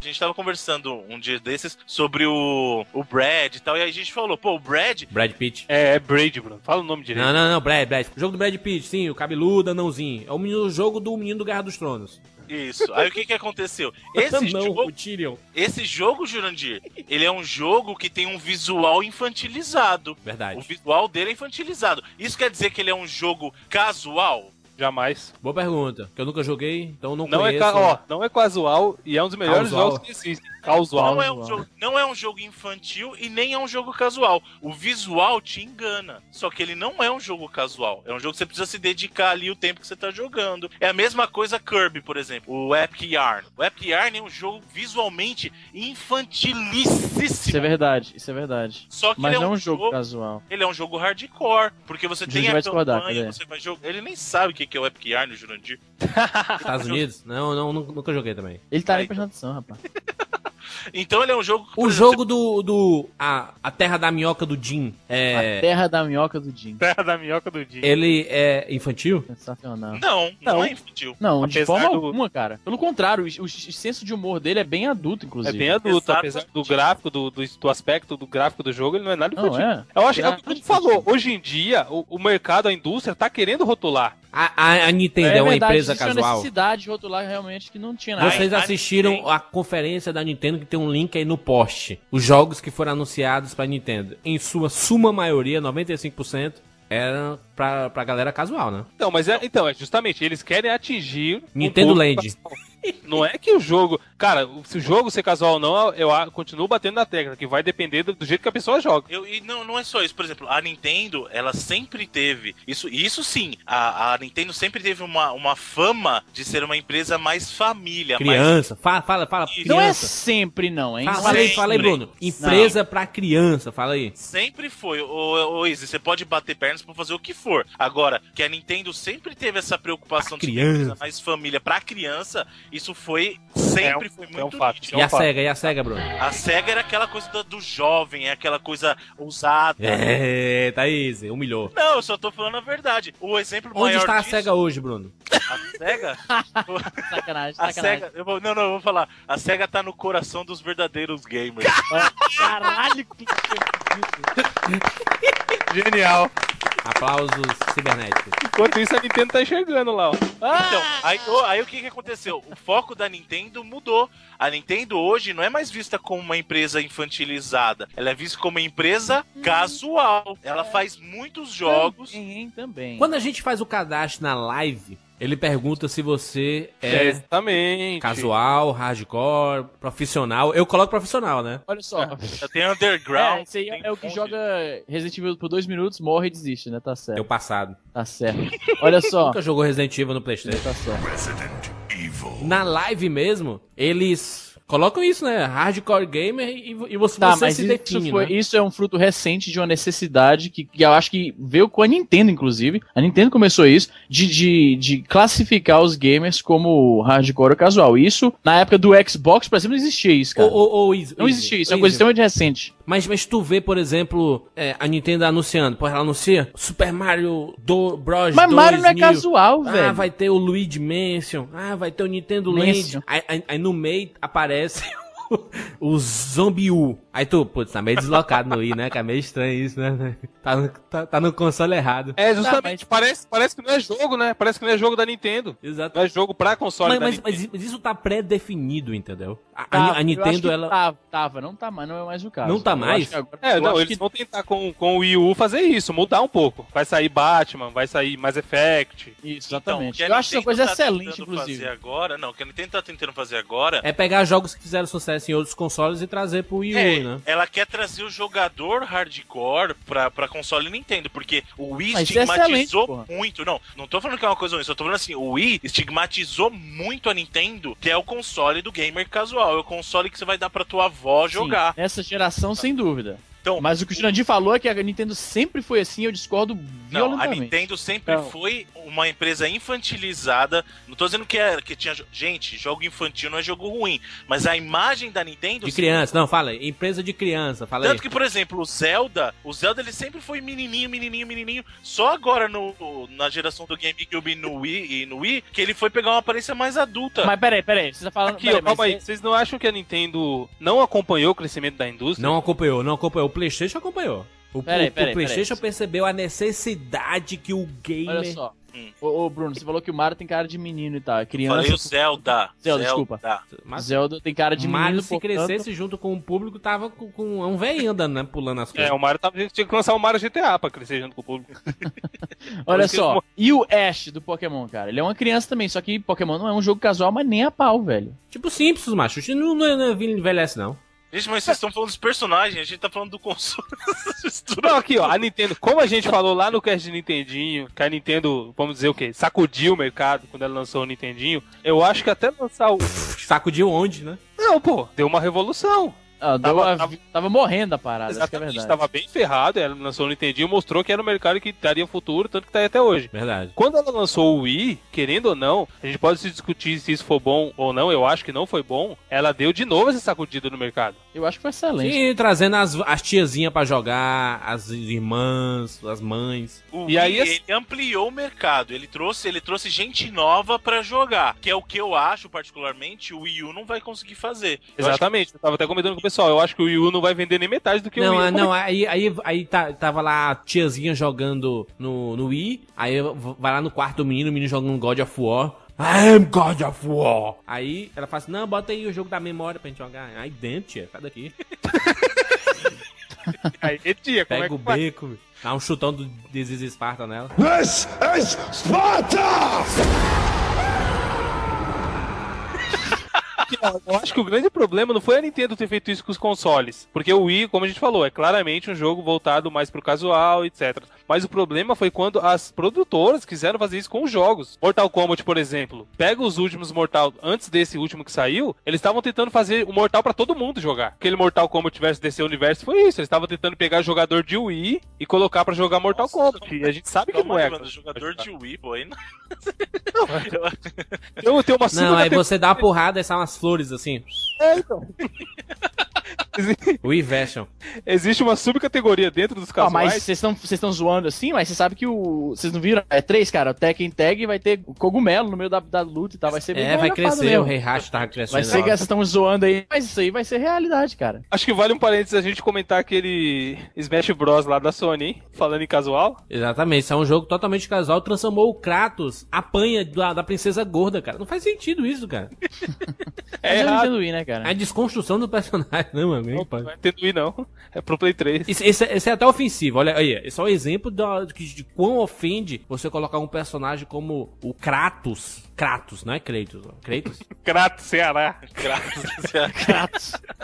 Speaker 4: A gente tava conversando um dia desses sobre o, o Brad e tal, e aí a gente falou, pô, o Brad,
Speaker 1: Brad Pitt.
Speaker 3: É, é Braid, Bruno. Fala o nome direito.
Speaker 1: Não, não, não, Brad, Brad. O jogo do Brad Pitt, sim, o cabeludo, anãozinho. É o, menino, o jogo do menino do Guerra dos Tronos.
Speaker 4: isso. Aí o que que aconteceu? Esse,
Speaker 1: não,
Speaker 4: jogo,
Speaker 1: o Tyrion.
Speaker 4: esse jogo, Jurandir, ele é um jogo que tem um visual infantilizado. O
Speaker 1: Verdade.
Speaker 4: visual dele é infantilizado. Isso quer dizer que ele é um jogo casual?
Speaker 3: Jamais.
Speaker 1: Boa pergunta, que eu nunca joguei, então não,
Speaker 3: Não é,
Speaker 1: conheço.
Speaker 3: ca... ó,
Speaker 2: né?
Speaker 3: não é casual e é um dos melhores
Speaker 1: Casual.
Speaker 3: jogos que existem. Casual.
Speaker 4: não,
Speaker 2: né,
Speaker 4: é um jogo, não é um jogo infantil e nem é um jogo casual. O visual te engana. Só que ele não é um jogo casual. É um jogo que você precisa se dedicar ali o tempo que você tá jogando. É a mesma coisa Kirby, por exemplo. O Epic Yarn. O Epic Yarn é um jogo visualmente
Speaker 2: Isso é
Speaker 4: infantilíssimo.
Speaker 2: verdade, isso é verdade.
Speaker 4: Só que
Speaker 2: Mas
Speaker 4: ele é
Speaker 2: não
Speaker 4: um
Speaker 2: um jogo casual.
Speaker 4: Ele é um jogo hardcore, porque você
Speaker 2: O
Speaker 4: tem
Speaker 2: Jurandir vai discordar, cadê?
Speaker 4: você vai jogar. Ele nem sabe o que que é o Epic Yarn, o Jurandir.
Speaker 1: Estados Unidos? Não, não, nu- nunca joguei também.
Speaker 2: Ele tá
Speaker 4: Aí.
Speaker 2: nem prestando atenção, rapaz.
Speaker 4: Então ele é um jogo.
Speaker 1: O jogo do. do a, a Terra da Minhoca do Jim
Speaker 2: A
Speaker 1: é.
Speaker 2: terra da minhoca do Jim.
Speaker 3: Terra da minhoca do dia.
Speaker 1: Ele é infantil?
Speaker 2: Sensacional.
Speaker 4: Não, não,
Speaker 3: Não.
Speaker 4: é infantil.
Speaker 2: Não, de
Speaker 3: Apesar
Speaker 2: forma
Speaker 3: do-
Speaker 2: alguma, cara. Pelo contrário, o, o senso de humor dele é bem adulto,
Speaker 3: É
Speaker 2: inclusive.
Speaker 3: bem adulto,
Speaker 4: Exatamente.
Speaker 3: apesar do gráfico, do, do, do aspecto do gráfico do jogo, ele não é nada
Speaker 2: Não
Speaker 3: infantil.
Speaker 2: é?
Speaker 3: Eu acho que é o que
Speaker 2: Gráfico
Speaker 3: o Bruno falou.
Speaker 2: infantil.
Speaker 3: Hoje em dia, o, o mercado, a indústria, tá querendo rotular.
Speaker 1: A, a, a Nintendo é, uma
Speaker 2: verdade,
Speaker 1: empresa
Speaker 2: existe uma
Speaker 1: casual.
Speaker 2: necessidade de rotular realmente que não tinha nada.
Speaker 1: Vocês
Speaker 4: a
Speaker 1: assistiram
Speaker 4: Nintendo.
Speaker 1: a conferência da Nintendo que tem um link aí no post. Os jogos que foram anunciados pra Nintendo, em sua suma maioria, 95%, eram pra, pra galera casual, né?
Speaker 3: Então, mas é, então, é justamente, eles querem atingir. um
Speaker 1: Nintendo
Speaker 3: público
Speaker 1: Land.
Speaker 3: casual. Não é que o jogo. Cara, se o jogo ser casual ou não, eu a- continuo batendo na tecla, que vai depender do, do jeito que a pessoa joga.
Speaker 4: Eu- e não, não é só isso, por exemplo, a Nintendo, ela sempre teve. Isso, isso sim, a, a Nintendo sempre teve uma, uma fama de ser uma empresa mais família, mais.
Speaker 1: Criança, fala, fala, fala.
Speaker 4: Não
Speaker 2: Não é
Speaker 1: criança.
Speaker 2: sempre, não, hein?
Speaker 1: Fala, fala aí, fala aí,
Speaker 4: sempre.
Speaker 1: Bruno. Empresa pra criança, fala aí.
Speaker 4: Sempre foi, ô, ô, ô Izzy, você pode bater pernas pra fazer o que for. Agora, que a Nintendo sempre teve essa preocupação
Speaker 1: Pra
Speaker 4: ser uma empresa
Speaker 1: criança.
Speaker 4: mais família pra criança, isso foi. Sempre
Speaker 3: É um-
Speaker 4: foi
Speaker 3: é
Speaker 4: muito
Speaker 3: um fato.
Speaker 4: nítido.
Speaker 1: E a
Speaker 3: fala.
Speaker 1: SEGA, e a SEGA, Bruno?
Speaker 4: A SEGA era aquela coisa do, do jovem, é aquela coisa ousada.
Speaker 1: É, Thaís, humilhou.
Speaker 4: Não, eu só tô falando a verdade. O exemplo
Speaker 1: Onde
Speaker 4: maior
Speaker 1: está a
Speaker 4: disso- é
Speaker 1: SEGA hoje, Bruno?
Speaker 4: A SEGA?
Speaker 2: Sacanagem, sacanagem.
Speaker 4: A SEGA, eu vou- não, não, eu vou falar. A SEGA tá no coração dos verdadeiros gamers.
Speaker 2: Caralho, que
Speaker 3: Genial.
Speaker 1: Aplausos cibernéticos.
Speaker 3: Enquanto isso, a Nintendo tá enxergando lá, ó.
Speaker 4: Então, aí, ô, aí o que, que aconteceu? O foco da Nintendo mudou. A Nintendo hoje não é mais vista como uma empresa infantilizada. Ela é vista como uma empresa
Speaker 2: Hum.
Speaker 4: casual.
Speaker 2: É.
Speaker 4: Ela faz muitos jogos.
Speaker 2: Também, hein, também.
Speaker 1: Quando a gente faz o cadastro na live, ele pergunta se você é
Speaker 3: Exatamente.
Speaker 1: casual, hardcore, profissional. Eu coloco profissional, né?
Speaker 2: Olha só.
Speaker 4: Já tem Underground.
Speaker 2: É, esse aí
Speaker 4: tem
Speaker 2: é o que
Speaker 4: um monte.
Speaker 2: joga Resident Evil por dois minutos, morre e desiste, né? Tá
Speaker 1: É o
Speaker 2: certo.
Speaker 1: passado.
Speaker 2: Tá certo. Olha só.
Speaker 1: Nunca jogou Resident Evil no Playstation.
Speaker 2: Tá certo.
Speaker 1: Na live mesmo, eles colocam isso, né? Hardcore gamer e, e você,
Speaker 2: Tá,
Speaker 1: você
Speaker 2: mas
Speaker 1: se
Speaker 2: isso,
Speaker 1: define,
Speaker 2: foi-
Speaker 1: né?
Speaker 2: isso é um fruto recente de uma necessidade que, que eu acho que veio com a Nintendo, inclusive. A Nintendo começou isso, de, de, de classificar os gamers como hardcore ou casual. Isso, na época do Xbox, por exemplo, não existia isso, cara.
Speaker 1: Ou, ou, ou isso,
Speaker 2: não existia isso, é uma coisa extremamente recente.
Speaker 1: Mas, mas tu vê, por exemplo, é, a Nintendo anunciando, pô, ela anuncia Super Mario do Bros.
Speaker 2: Mas Mario não é
Speaker 1: 2000.
Speaker 2: casual, velho.
Speaker 1: Ah, vai ter o Luigi Mansion. Ah, vai ter o Nintendo
Speaker 2: Mansion.
Speaker 1: Land. Aí, aí- aí no meio aparece o Zombie U. Aí tu, putz, tá meio deslocado no I, né? Que é meio estranho isso, né? Tá no, tá, tá no console errado.
Speaker 2: Tá,
Speaker 3: É,
Speaker 2: mas-
Speaker 3: justamente. Parece, parece que não é jogo, né? Parece que não é jogo da Nintendo.
Speaker 1: Exato.
Speaker 3: Não é jogo pra console
Speaker 1: Mas,
Speaker 3: da
Speaker 1: mas,
Speaker 3: Nintendo.
Speaker 1: mas mas isso tá pré-definido, entendeu? A, a- a
Speaker 2: Tava, Tá, eu acho
Speaker 1: Nintendo,
Speaker 2: que
Speaker 1: ela.
Speaker 2: Tava, tava, não tá mais, não é mais o caso.
Speaker 1: Não tá
Speaker 2: Eu
Speaker 1: mais?
Speaker 2: acho que agora-
Speaker 3: É,
Speaker 2: eu
Speaker 3: não,
Speaker 2: acho
Speaker 3: eles
Speaker 2: que-
Speaker 3: vão tentar com, com o Wii U fazer isso, mudar um pouco. Vai sair Batman, vai sair Mass Effect.
Speaker 2: Isso,
Speaker 4: Então, o
Speaker 2: exatamente.
Speaker 4: que a
Speaker 2: eu acho que é uma
Speaker 4: Nintendo
Speaker 2: coisa
Speaker 4: tá
Speaker 2: excelente,
Speaker 4: tentando Fazer
Speaker 2: inclusive.
Speaker 4: agora, não, o que a Nintendo tá tentando fazer agora
Speaker 1: É pegar jogos que fizeram sucesso em outros consoles e trazer pro Wii U,
Speaker 4: É,
Speaker 1: né?
Speaker 4: ela quer trazer o jogador hardcore pra, pra console Nintendo, porque o Wii
Speaker 2: Mas isso é excelente,
Speaker 4: estigmatizou
Speaker 2: porra.
Speaker 4: muito. Não, não tô falando que é uma coisa ruim, só tô falando assim, o Wii estigmatizou muito a Nintendo, que é o console do gamer casual. É o console que você vai dar pra tua avó jogar.
Speaker 2: Sim, nessa geração, sem dúvida.
Speaker 4: Então,
Speaker 2: Mas o que o Jurandir falou é que a Nintendo sempre foi assim, eu discordo
Speaker 4: não, a
Speaker 2: violentamente.
Speaker 4: Nintendo sempre
Speaker 2: Não.
Speaker 4: foi uma empresa infantilizada. Não tô dizendo que, é, que tinha. jo- Gente, jogo infantil não é jogo ruim. Mas a imagem da Nintendo
Speaker 1: De criança, não, fala aí. Empresa de criança, fala aí.
Speaker 4: Tanto que, por exemplo, o Zelda, o Zelda ele sempre foi menininho, menininho, menininho. Só agora no, na geração do GameCube no Wii e no Wii que ele foi pegar uma aparência mais adulta.
Speaker 2: Mas peraí, peraí, você tá falando...
Speaker 3: Aqui,
Speaker 2: peraí,
Speaker 3: ó, calma
Speaker 2: mas-
Speaker 3: aí. Vocês não acham que a Nintendo não acompanhou o crescimento da indústria?
Speaker 1: Não acompanhou, não acompanhou. O PlayStation acompanhou. O,
Speaker 2: Peraí,
Speaker 1: o- o
Speaker 2: peraí,
Speaker 1: PlayStation
Speaker 2: peraí.
Speaker 1: percebeu a necessidade que o gamer.
Speaker 2: Olha só.
Speaker 4: Hum.
Speaker 2: Ô, ô, Bruno, você falou que o Mario tem cara de menino e tal, é criança...
Speaker 4: Falei o Zelda.
Speaker 2: Zelda, desculpa.
Speaker 1: Mas
Speaker 2: Zelda tem cara de
Speaker 1: Mario,
Speaker 2: menino,
Speaker 1: se
Speaker 2: portanto-
Speaker 1: crescesse junto com o público, tava com, com é um velho andando, né? Pulando as
Speaker 3: É,
Speaker 1: coisas.
Speaker 3: o Mario tava, tinha que lançar o Mario GTA pra crescer junto com o público.
Speaker 2: Olha
Speaker 3: Por isso
Speaker 2: só,
Speaker 3: que
Speaker 2: e o Ash do Pokémon, cara? Ele é uma criança também, só que Pokémon não é um jogo casual, mas nem a pau, velho.
Speaker 1: Tipo Simpsons, macho. Isso Não, não, não envelhece, não.
Speaker 4: Gente, mas vocês estão falando dos personagens, a gente tá falando do console. Mistura.
Speaker 3: Não, aqui, ó, a Nintendo, como a gente falou lá no cast de Nintendinho, que a Nintendo, vamos dizer o quê? Sacudiu o mercado quando ela lançou o Nintendinho. Eu acho que até lançar o.
Speaker 1: Saco de onde, né?
Speaker 3: Não, pô, deu uma revolução.
Speaker 2: Ah, deu
Speaker 3: Tava-
Speaker 2: a- tava,
Speaker 3: tava-
Speaker 2: morrendo a parada, isso que é
Speaker 3: Exatamente,
Speaker 2: verdade.
Speaker 3: estava bem ferrado. Ela lançou o Nintendinho, mostrou que era um mercado que daria futuro, tanto que tá aí até hoje.
Speaker 1: Verdade.
Speaker 3: Quando ela lançou o Wii, querendo ou não, a gente pode se discutir se isso foi bom ou não, eu acho que não foi bom. Ela deu de novo essa sacudida no mercado.
Speaker 2: Eu acho que foi excelente.
Speaker 1: E trazendo as, as tiazinhas pra jogar, as irmãs, as mães.
Speaker 4: O
Speaker 3: E aí,
Speaker 4: Wii, ele ampliou o mercado, ele trouxe, ele trouxe gente nova pra jogar, que é o que eu acho particularmente o Wii U não vai conseguir fazer. Eu acho
Speaker 3: Exatamente, eu tava até comentando com o pessoal, eu acho que o Wii U não vai vender nem metade do que o
Speaker 1: não,
Speaker 3: Wii
Speaker 1: ah,
Speaker 3: U.
Speaker 1: não, aí, aí, aí tá- tava lá a tiazinha jogando no, no Wii, aí v- vai lá no quarto do menino, o menino jogando God of War. I'm God of War! Aí ela fala assim, não, bota aí o jogo da memória pra gente jogar. Aí dentro, tia, sai daqui.
Speaker 3: Aí, e tia, como é
Speaker 1: Pega
Speaker 3: que
Speaker 1: o
Speaker 3: vai?
Speaker 1: beco, velho. dá um chutão do Desis Esparta nela.
Speaker 5: This is Sparta!
Speaker 3: que eu acho que o grande problema não foi a Nintendo ter feito isso com os consoles. Porque o Wii, como a gente falou, é claramente um jogo voltado mais pro casual, etc. Mas o problema foi quando as produtoras quiseram fazer isso com os jogos. Mortal Kombat, por exemplo. Pega os últimos Mortal, antes desse último que saiu, eles estavam tentando fazer o Mortal pra todo mundo jogar. Aquele Mortal Kombat versus DC Universo foi isso. Eles estavam tentando pegar jogador de Wii e colocar pra jogar Mortal
Speaker 4: Nossa,
Speaker 3: Kombat. E a gente sabe que
Speaker 4: Calma
Speaker 3: não
Speaker 4: aí,
Speaker 3: é.
Speaker 4: mano, jogador de Wii, pô, aí não.
Speaker 3: Eu tenho uma
Speaker 1: Não, aí
Speaker 3: super-
Speaker 1: você dá uma porrada e saem umas flores assim.
Speaker 3: É, então.
Speaker 1: O Fashion.
Speaker 3: Existe uma subcategoria dentro dos
Speaker 2: Ah,
Speaker 3: casuais.
Speaker 2: mas vocês estão vocês estão zoando assim, mas você sabe que o. Vocês não viram? É três, cara. O Tekken Tag vai ter cogumelo no meio da, da luta e tal. Vai ser bem
Speaker 1: É, vai
Speaker 2: garrafado
Speaker 1: crescer,
Speaker 2: mesmo.
Speaker 1: o Rei Racho tava crescendo.
Speaker 2: Vai ser que
Speaker 1: agora.
Speaker 2: vocês estão zoando aí, mas isso aí vai ser realidade, cara.
Speaker 3: Acho que vale um parênteses a gente comentar aquele Smash Bros lá da Sony, hein? Falando em casual.
Speaker 1: Exatamente, isso é um jogo totalmente casual. Transformou o Kratos, apanha da, da princesa gorda, cara. Não faz sentido isso, cara.
Speaker 3: É
Speaker 2: Mas eu não
Speaker 3: errado.
Speaker 2: entendo Wii, né,
Speaker 1: É a
Speaker 2: cara?
Speaker 1: desconstrução do personagem, né, mano? Nem pode.
Speaker 3: Não é Nintendo Wii, não. É pro Play 3.
Speaker 1: Isso, isso é- isso é até ofensivo, olha aí. Esse é um exemplo da- de, de quão ofende você colocar um personagem como o Kratos. Kratos, não é Kratos? ó. Kratos?
Speaker 3: Crato, Ceará.
Speaker 4: Graças a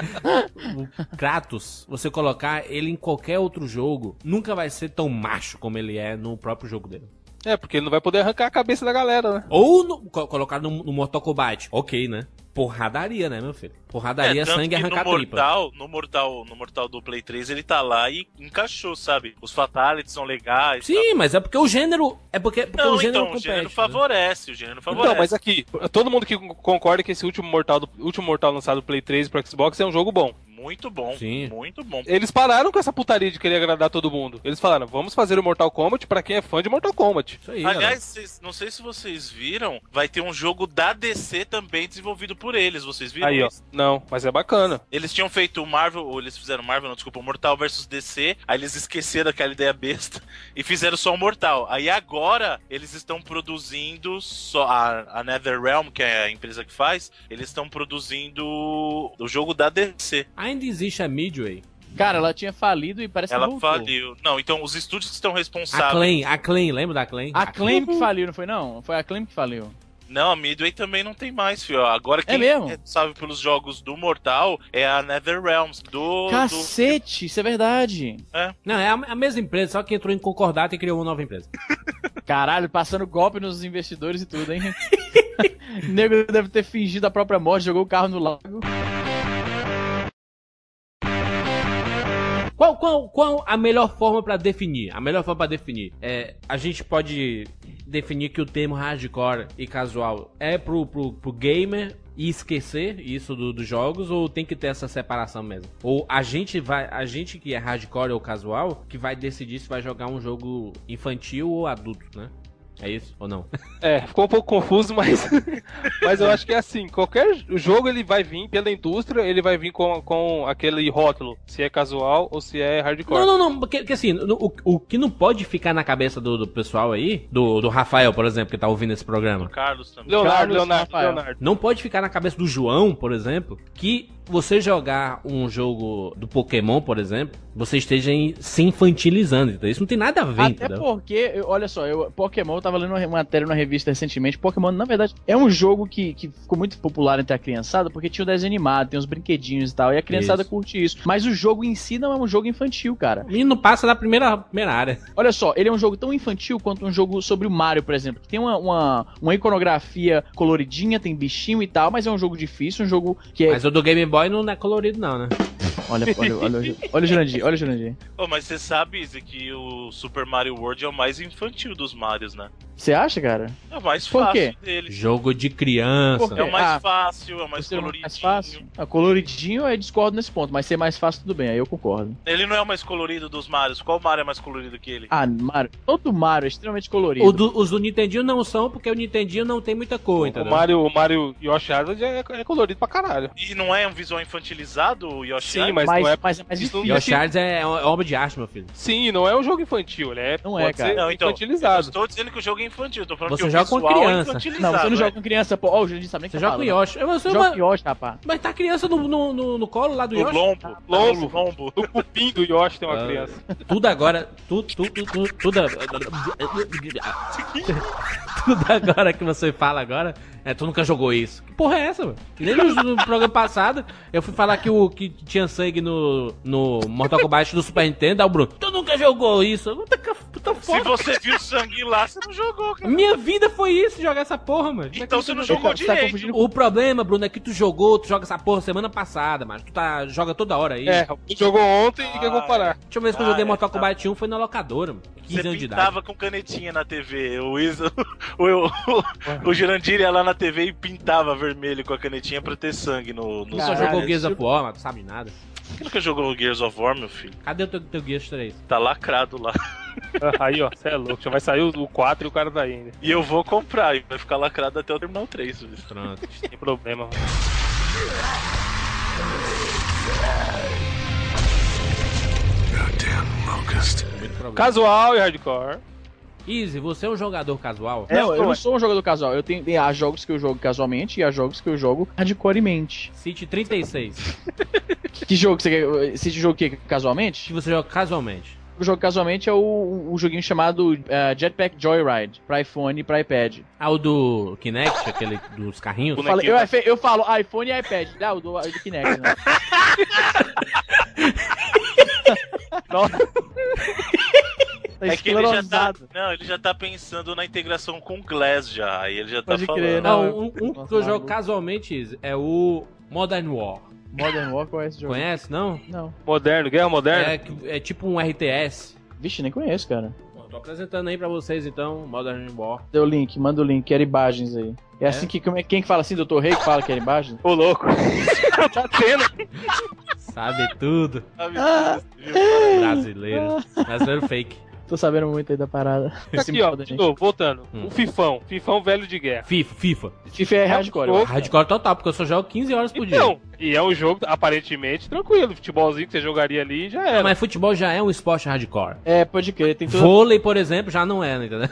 Speaker 1: O Kratos, você colocar ele em qualquer outro jogo, nunca vai ser tão macho como ele é no próprio jogo dele.
Speaker 3: É, porque ele não vai poder arrancar a cabeça da galera, né?
Speaker 1: Ou no- co- colocar no, no Mortal Kombat. Ok, né? Porradaria, né, meu filho? Porradaria,
Speaker 4: É, tanto
Speaker 1: sangue e
Speaker 4: que
Speaker 1: arrancar
Speaker 4: no
Speaker 1: tripa.
Speaker 4: mortal, no mortal, no mortal do Play 3 ele tá lá e encaixou, sabe? Os fatalities são legais. tal.
Speaker 1: Sim, mas é porque o gênero. É porque, porque
Speaker 4: Tá Não,
Speaker 1: o gênero
Speaker 4: então,
Speaker 1: compete.
Speaker 4: o gênero
Speaker 1: né?
Speaker 4: favorece, o gênero favorece.
Speaker 3: Então, mas aqui, todo mundo que con- concorda que esse último Mortal, do- último Mortal lançado do Play 3 pro Xbox é um jogo bom.
Speaker 4: Muito bom,
Speaker 1: Sim.
Speaker 4: muito bom.
Speaker 3: Eles pararam com essa putaria de querer agradar todo mundo. Eles falaram, vamos fazer o Mortal Kombat pra quem é fã de Mortal Kombat.
Speaker 1: né? Isso aí, galera.
Speaker 4: Aliás, vocês- não sei se vocês viram, vai ter um jogo da DC também desenvolvido por eles, vocês viram?
Speaker 3: Aí, ó.
Speaker 4: isso?
Speaker 3: Não, mas é bacana.
Speaker 4: Eles tinham feito o Marvel, ou eles fizeram Marvel, não, desculpa, o Mortal versus DC, aí eles esqueceram aquela ideia besta e fizeram só o Mortal. Aí agora eles estão produzindo só a, a NetherRealm, que é a empresa que faz, eles estão produzindo o jogo da DC.
Speaker 1: Ainda existe a Midway.
Speaker 2: Cara, ela tinha falido e parece
Speaker 4: Ela
Speaker 2: que voltou.
Speaker 4: faliu. Não, então os estúdios que estão
Speaker 1: A
Speaker 4: responsáveis.
Speaker 1: Clan, a Clan, lembra da Clan?
Speaker 2: A Claim que faliu, não foi não? Foi a Claim que faliu.
Speaker 4: Não, a Midway também não tem mais, fio. Agora quem
Speaker 2: É
Speaker 4: é
Speaker 2: mesmo?
Speaker 4: responsável pelos jogos do Mortal é a NetherRealm, do, do
Speaker 2: Cacete, isso é verdade.
Speaker 1: Não, é a, a mesma empresa, só que entrou em concordato e criou uma nova empresa.
Speaker 2: Caralho, passando golpe nos investidores e tudo, hein? o nego deve ter fingido a própria morte, jogou o carro no lago.
Speaker 1: Qual, qual, qual a melhor forma pra definir? A melhor forma pra definir é a gente pode definir que o termo hardcore e casual é pro, pro, pro gamer e esquecer isso do- dos jogos ou tem que ter essa separação mesmo? Ou a gente vai a gente que é hardcore ou casual que vai decidir se vai jogar um jogo infantil ou adulto, né? É isso ou não?
Speaker 3: É, ficou um pouco confuso, mas, mas eu acho que é assim, qualquer jogo ele vai vir pela indústria, ele vai vir com, com aquele rótulo, se é casual ou se é hardcore.
Speaker 1: Não, não, não, porque, porque assim, no- o, o que não pode ficar na cabeça do, do pessoal aí, do, do Rafael, por exemplo, que tá ouvindo esse programa,
Speaker 4: Carlos também.
Speaker 3: Leonardo,
Speaker 2: Carlos
Speaker 3: Leonardo,
Speaker 2: Rafael.
Speaker 3: Leonardo.
Speaker 1: Não pode ficar na cabeça do João, por exemplo, que você jogar um jogo do Pokémon, por exemplo, você esteja em- se infantilizando. Então isso não tem nada a ver,
Speaker 2: Até
Speaker 1: entendeu?
Speaker 2: porque, eu- olha só, eu, Pokémon, eu tava lendo uma re- uma matéria numa revista recentemente. Pokémon, na verdade, é um jogo que, que ficou muito popular entre a criançada porque tinha o desenho animado, tem os brinquedinhos e tal, e a criançada
Speaker 1: Isso.
Speaker 2: curte isso. Mas o jogo em si não é um jogo infantil, cara.
Speaker 1: E não passa da primeira, primeira área.
Speaker 2: Olha só, ele é um jogo tão infantil quanto um jogo sobre o Mario, por exemplo. Que tem uma, uma, uma iconografia coloridinha, tem bichinho e tal, mas é um jogo difícil, um jogo que é.
Speaker 1: Mas o do Game Boy não é colorido, não, né?
Speaker 2: Olha, olha, olha, olha o Jurandir, olha o Jurandir.
Speaker 4: Ô, mas você sabe, Izzy, que o Super Mario World é o mais infantil dos Marios, né?
Speaker 2: Você acha, cara?
Speaker 4: É o mais
Speaker 2: Por
Speaker 4: fácil
Speaker 2: quê?
Speaker 4: deles.
Speaker 1: Jogo de
Speaker 2: Por
Speaker 1: criança.
Speaker 2: quê?
Speaker 4: É o mais
Speaker 2: Ah,
Speaker 4: fácil, é o mais
Speaker 2: Você não é
Speaker 4: coloridinho.
Speaker 2: mais fácil? Ah, coloridinho eu discordo nesse ponto, mas ser mais fácil tudo bem, aí eu concordo.
Speaker 4: Ele não é o mais colorido dos Marios. Qual Mario é mais colorido que ele?
Speaker 2: Ah, Mario. Todo Mario é extremamente colorido.
Speaker 1: O do- os do Nintendinho não são, porque o Nintendinho não tem muita cor,
Speaker 3: O
Speaker 1: entendeu?
Speaker 3: Mario, o Mario Yoshi Hazard é, é colorido pra caralho.
Speaker 4: E não é um visual infantilizado, o Yoshi?
Speaker 3: Sim,
Speaker 2: mas,
Speaker 3: mas, não é.
Speaker 2: mas é mais
Speaker 3: isso
Speaker 2: difícil.
Speaker 1: E o Charles é uma- é obra de arte, meu filho.
Speaker 3: Sim, não é um jogo infantil, ele é,
Speaker 2: Não
Speaker 3: pode
Speaker 2: é, cara.
Speaker 3: ser
Speaker 4: Não, então,
Speaker 3: infantilizado.
Speaker 4: Estou dizendo que o jogo é infantil, tô falando
Speaker 1: Você
Speaker 4: que o
Speaker 1: joga com a
Speaker 4: visual é
Speaker 1: criança.
Speaker 4: infantilizado.
Speaker 2: Não, você não
Speaker 4: é.
Speaker 2: joga com criança, pô. Ó, o Jurandir sabe nem o
Speaker 1: né? Você
Speaker 2: que
Speaker 1: joga com
Speaker 2: fala,
Speaker 1: o Yoshi. Eu, eu,
Speaker 2: né?
Speaker 1: eu,
Speaker 2: Joga com
Speaker 1: mas,
Speaker 2: Yoshi, rapaz.
Speaker 1: mas tá criança no, no, no, no colo lá do
Speaker 4: O
Speaker 1: Yoshi.
Speaker 4: lombo.
Speaker 2: Tá
Speaker 3: Lombo.
Speaker 4: lombo.
Speaker 3: No cupim do Yoshi tem uma
Speaker 1: Ah.
Speaker 3: criança.
Speaker 1: Tudo agora. Tudo, tudo, tudo, tudo. tudo agora que você fala agora, é, tu nunca jogou isso. Que porra é essa, mano? Nem no, no programa passado, eu fui falar que, o, que tinha sangue no, no Mortal Kombat do Super Nintendo, aí o Bruno, tu nunca jogou isso. Puta, que- puta
Speaker 4: Se
Speaker 1: foda.
Speaker 4: você viu sangue lá, você não jogou, cara.
Speaker 1: Minha vida foi isso, jogar essa porra, mano.
Speaker 4: Então você não
Speaker 2: Você
Speaker 4: jogou
Speaker 2: tá- você tá
Speaker 4: direito.
Speaker 2: confundindo
Speaker 1: O problema, Bruno, é que tu jogou, tu joga essa porra semana passada, mas tu tá, joga toda hora aí.
Speaker 3: É, jogou ontem e quer comparar.
Speaker 1: A última vez que eu joguei
Speaker 4: Ah, é,
Speaker 1: Mortal
Speaker 4: tá.
Speaker 1: Kombat 1 foi na locadora, mano. 15
Speaker 4: Você
Speaker 1: anos de idade.
Speaker 4: pintava com canetinha na TV. O, Isa, o, o, o, o Jurandir ia lá na TV e pintava vermelho com a canetinha pra ter sangue no. no
Speaker 1: Tu só
Speaker 2: Caralho, tipo-
Speaker 1: jogou Gears
Speaker 2: esse-
Speaker 1: of War, mas tu sabe nada.
Speaker 4: Quem nunca jogou Gears of War, meu filho?
Speaker 1: Cadê o teu, teu Gears 3?
Speaker 4: Tá lacrado lá.
Speaker 3: Aí, ó, você é louco. Já vai sair o, o 4 e o cara tá aí ainda.
Speaker 4: E eu vou comprar, e vai ficar lacrado até eu terminar o 3. viu?
Speaker 1: Pronto.
Speaker 3: Tem problema, mano. Casual e hardcore.
Speaker 1: Easy, você é um jogador casual?
Speaker 2: Não, eu
Speaker 3: não
Speaker 2: não
Speaker 3: é.
Speaker 2: sou um jogador casual. Eu tenho, tem- há jogos que eu jogo casualmente e há jogos que eu jogo hardcoremente.
Speaker 1: City 36.
Speaker 2: Que jogo você quer? Esse jogo que
Speaker 1: Que
Speaker 2: casualmente?
Speaker 1: você joga casualmente.
Speaker 2: O jogo casualmente é o, o joguinho chamado eh, Jetpack Joyride pra iPhone e pra iPad.
Speaker 1: Ah, o do Kinect, aquele dos carrinhos.
Speaker 2: Eu falo,
Speaker 3: Bonequinho
Speaker 2: eu,
Speaker 3: da-
Speaker 2: iPhone- eu falo iPhone e iPad. Ah, o do, o do Kinect, né?
Speaker 3: Nossa,
Speaker 2: Tá
Speaker 4: É que ele já tá.
Speaker 2: esclerosado.
Speaker 4: Não, ele já tá pensando na integração com o Glass já. Aí ele já tá
Speaker 2: Pode
Speaker 4: falando.
Speaker 2: crer,
Speaker 1: Não,
Speaker 2: Não,
Speaker 1: um, um
Speaker 2: nossa,
Speaker 1: que eu jogo
Speaker 2: maluco.
Speaker 1: casualmente Izzy, é o Modern War.
Speaker 2: Modern Warfare qual é esse jogo?
Speaker 1: Conhece, não?
Speaker 2: Não.
Speaker 3: moderno, guerra moderna.
Speaker 1: É, que- é tipo um RTS.
Speaker 2: Vixe, nem conheço, cara.
Speaker 1: Bom, tô apresentando aí pra vocês então, Modern War.
Speaker 2: Deu o link, manda o link, quero imagens aí. É, assim que. como é- Quem que fala assim, Dr. Rei, que fala que era imagens?
Speaker 3: Ô, louco. tá tendo.
Speaker 1: Sabe tudo.
Speaker 2: né?
Speaker 4: Sabe? Viu?
Speaker 2: Ah.
Speaker 1: Brasileiro. Brasileiro fake.
Speaker 2: Tô sabendo muito aí da parada.
Speaker 3: Tá Aqui, ó,
Speaker 2: Tipo,
Speaker 3: de novo, voltando.
Speaker 1: Hum.
Speaker 3: O Fifão. Fifão velho de guerra.
Speaker 1: É FIFA, FIFA.
Speaker 2: FIFA é hardcore. eu
Speaker 3: jogo.
Speaker 2: acho.
Speaker 1: Hardcore total, porque eu só jogo 15 horas por dia.
Speaker 3: Então, e é um jogo aparentemente tranquilo. Futebolzinho que você jogaria ali e já era.
Speaker 1: Mas futebol já é um esporte hardcore.
Speaker 2: É, pode crer, tem tudo.
Speaker 1: Vôlei, por exemplo, já não é, né, entendeu?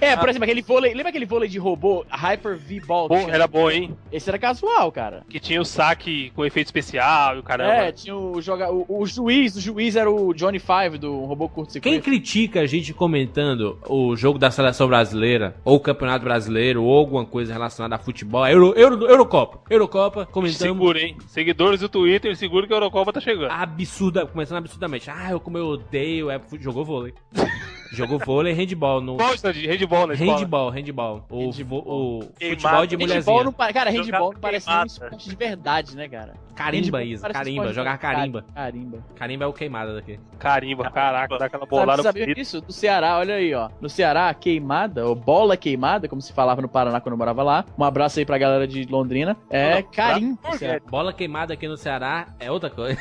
Speaker 2: É, por exemplo, aquele vôlei. Lembra aquele vôlei de robô Hyper V-Ball?
Speaker 3: Bom, era bom, hein?
Speaker 2: Esse era casual, cara.
Speaker 3: Que tinha o saque com efeito especial e o caramba.
Speaker 2: É, tinha o, joga... o, o juiz, o juiz era o Johnny Five do robô curto
Speaker 1: Quem
Speaker 2: circuito.
Speaker 1: critica a gente comentando o jogo da seleção brasileira, ou o campeonato brasileiro, ou alguma coisa relacionada a futebol, é Euro, Euro, Eurocopa. Eurocopa, comentamos Ah,
Speaker 3: Segura, hein? Seguidores do Twitter, seguro que a Eurocopa tá chegando.
Speaker 1: absurda, começando absurdamente. Ah, eu como eu odeio, é, fu- jogou vôlei. jogou vôlei e handball no.
Speaker 3: Gosta de handball na escola.
Speaker 1: Handball, handball. O, vo- o futebol
Speaker 4: Queimado.
Speaker 1: de
Speaker 2: Handball
Speaker 1: mulherzinha.
Speaker 2: não pa- Cara, handball não
Speaker 4: Jogar
Speaker 2: parece nem um
Speaker 4: queimada.
Speaker 2: esporte de verdade, né, cara?
Speaker 1: Carimba,
Speaker 2: Handball
Speaker 1: Isa.
Speaker 2: parece um
Speaker 1: Carimba,
Speaker 2: esporte
Speaker 1: jogar
Speaker 2: de verdade.
Speaker 1: carimba.
Speaker 2: Carimba.
Speaker 1: Carimba é o queimada daqui.
Speaker 3: Carimba, caraca, dá aquela
Speaker 2: Sabe,
Speaker 3: bolada
Speaker 2: você sabia
Speaker 3: bonita.
Speaker 2: disso? Do Ceará, olha aí, ó. No Ceará, queimada, ou bola queimada, como se falava no Paraná quando eu morava lá. Um abraço aí pra galera de Londrina. É
Speaker 3: Não, não,
Speaker 2: carimbo.
Speaker 3: pra-
Speaker 2: Ceará.
Speaker 1: Bola queimada aqui no Ceará é outra coisa.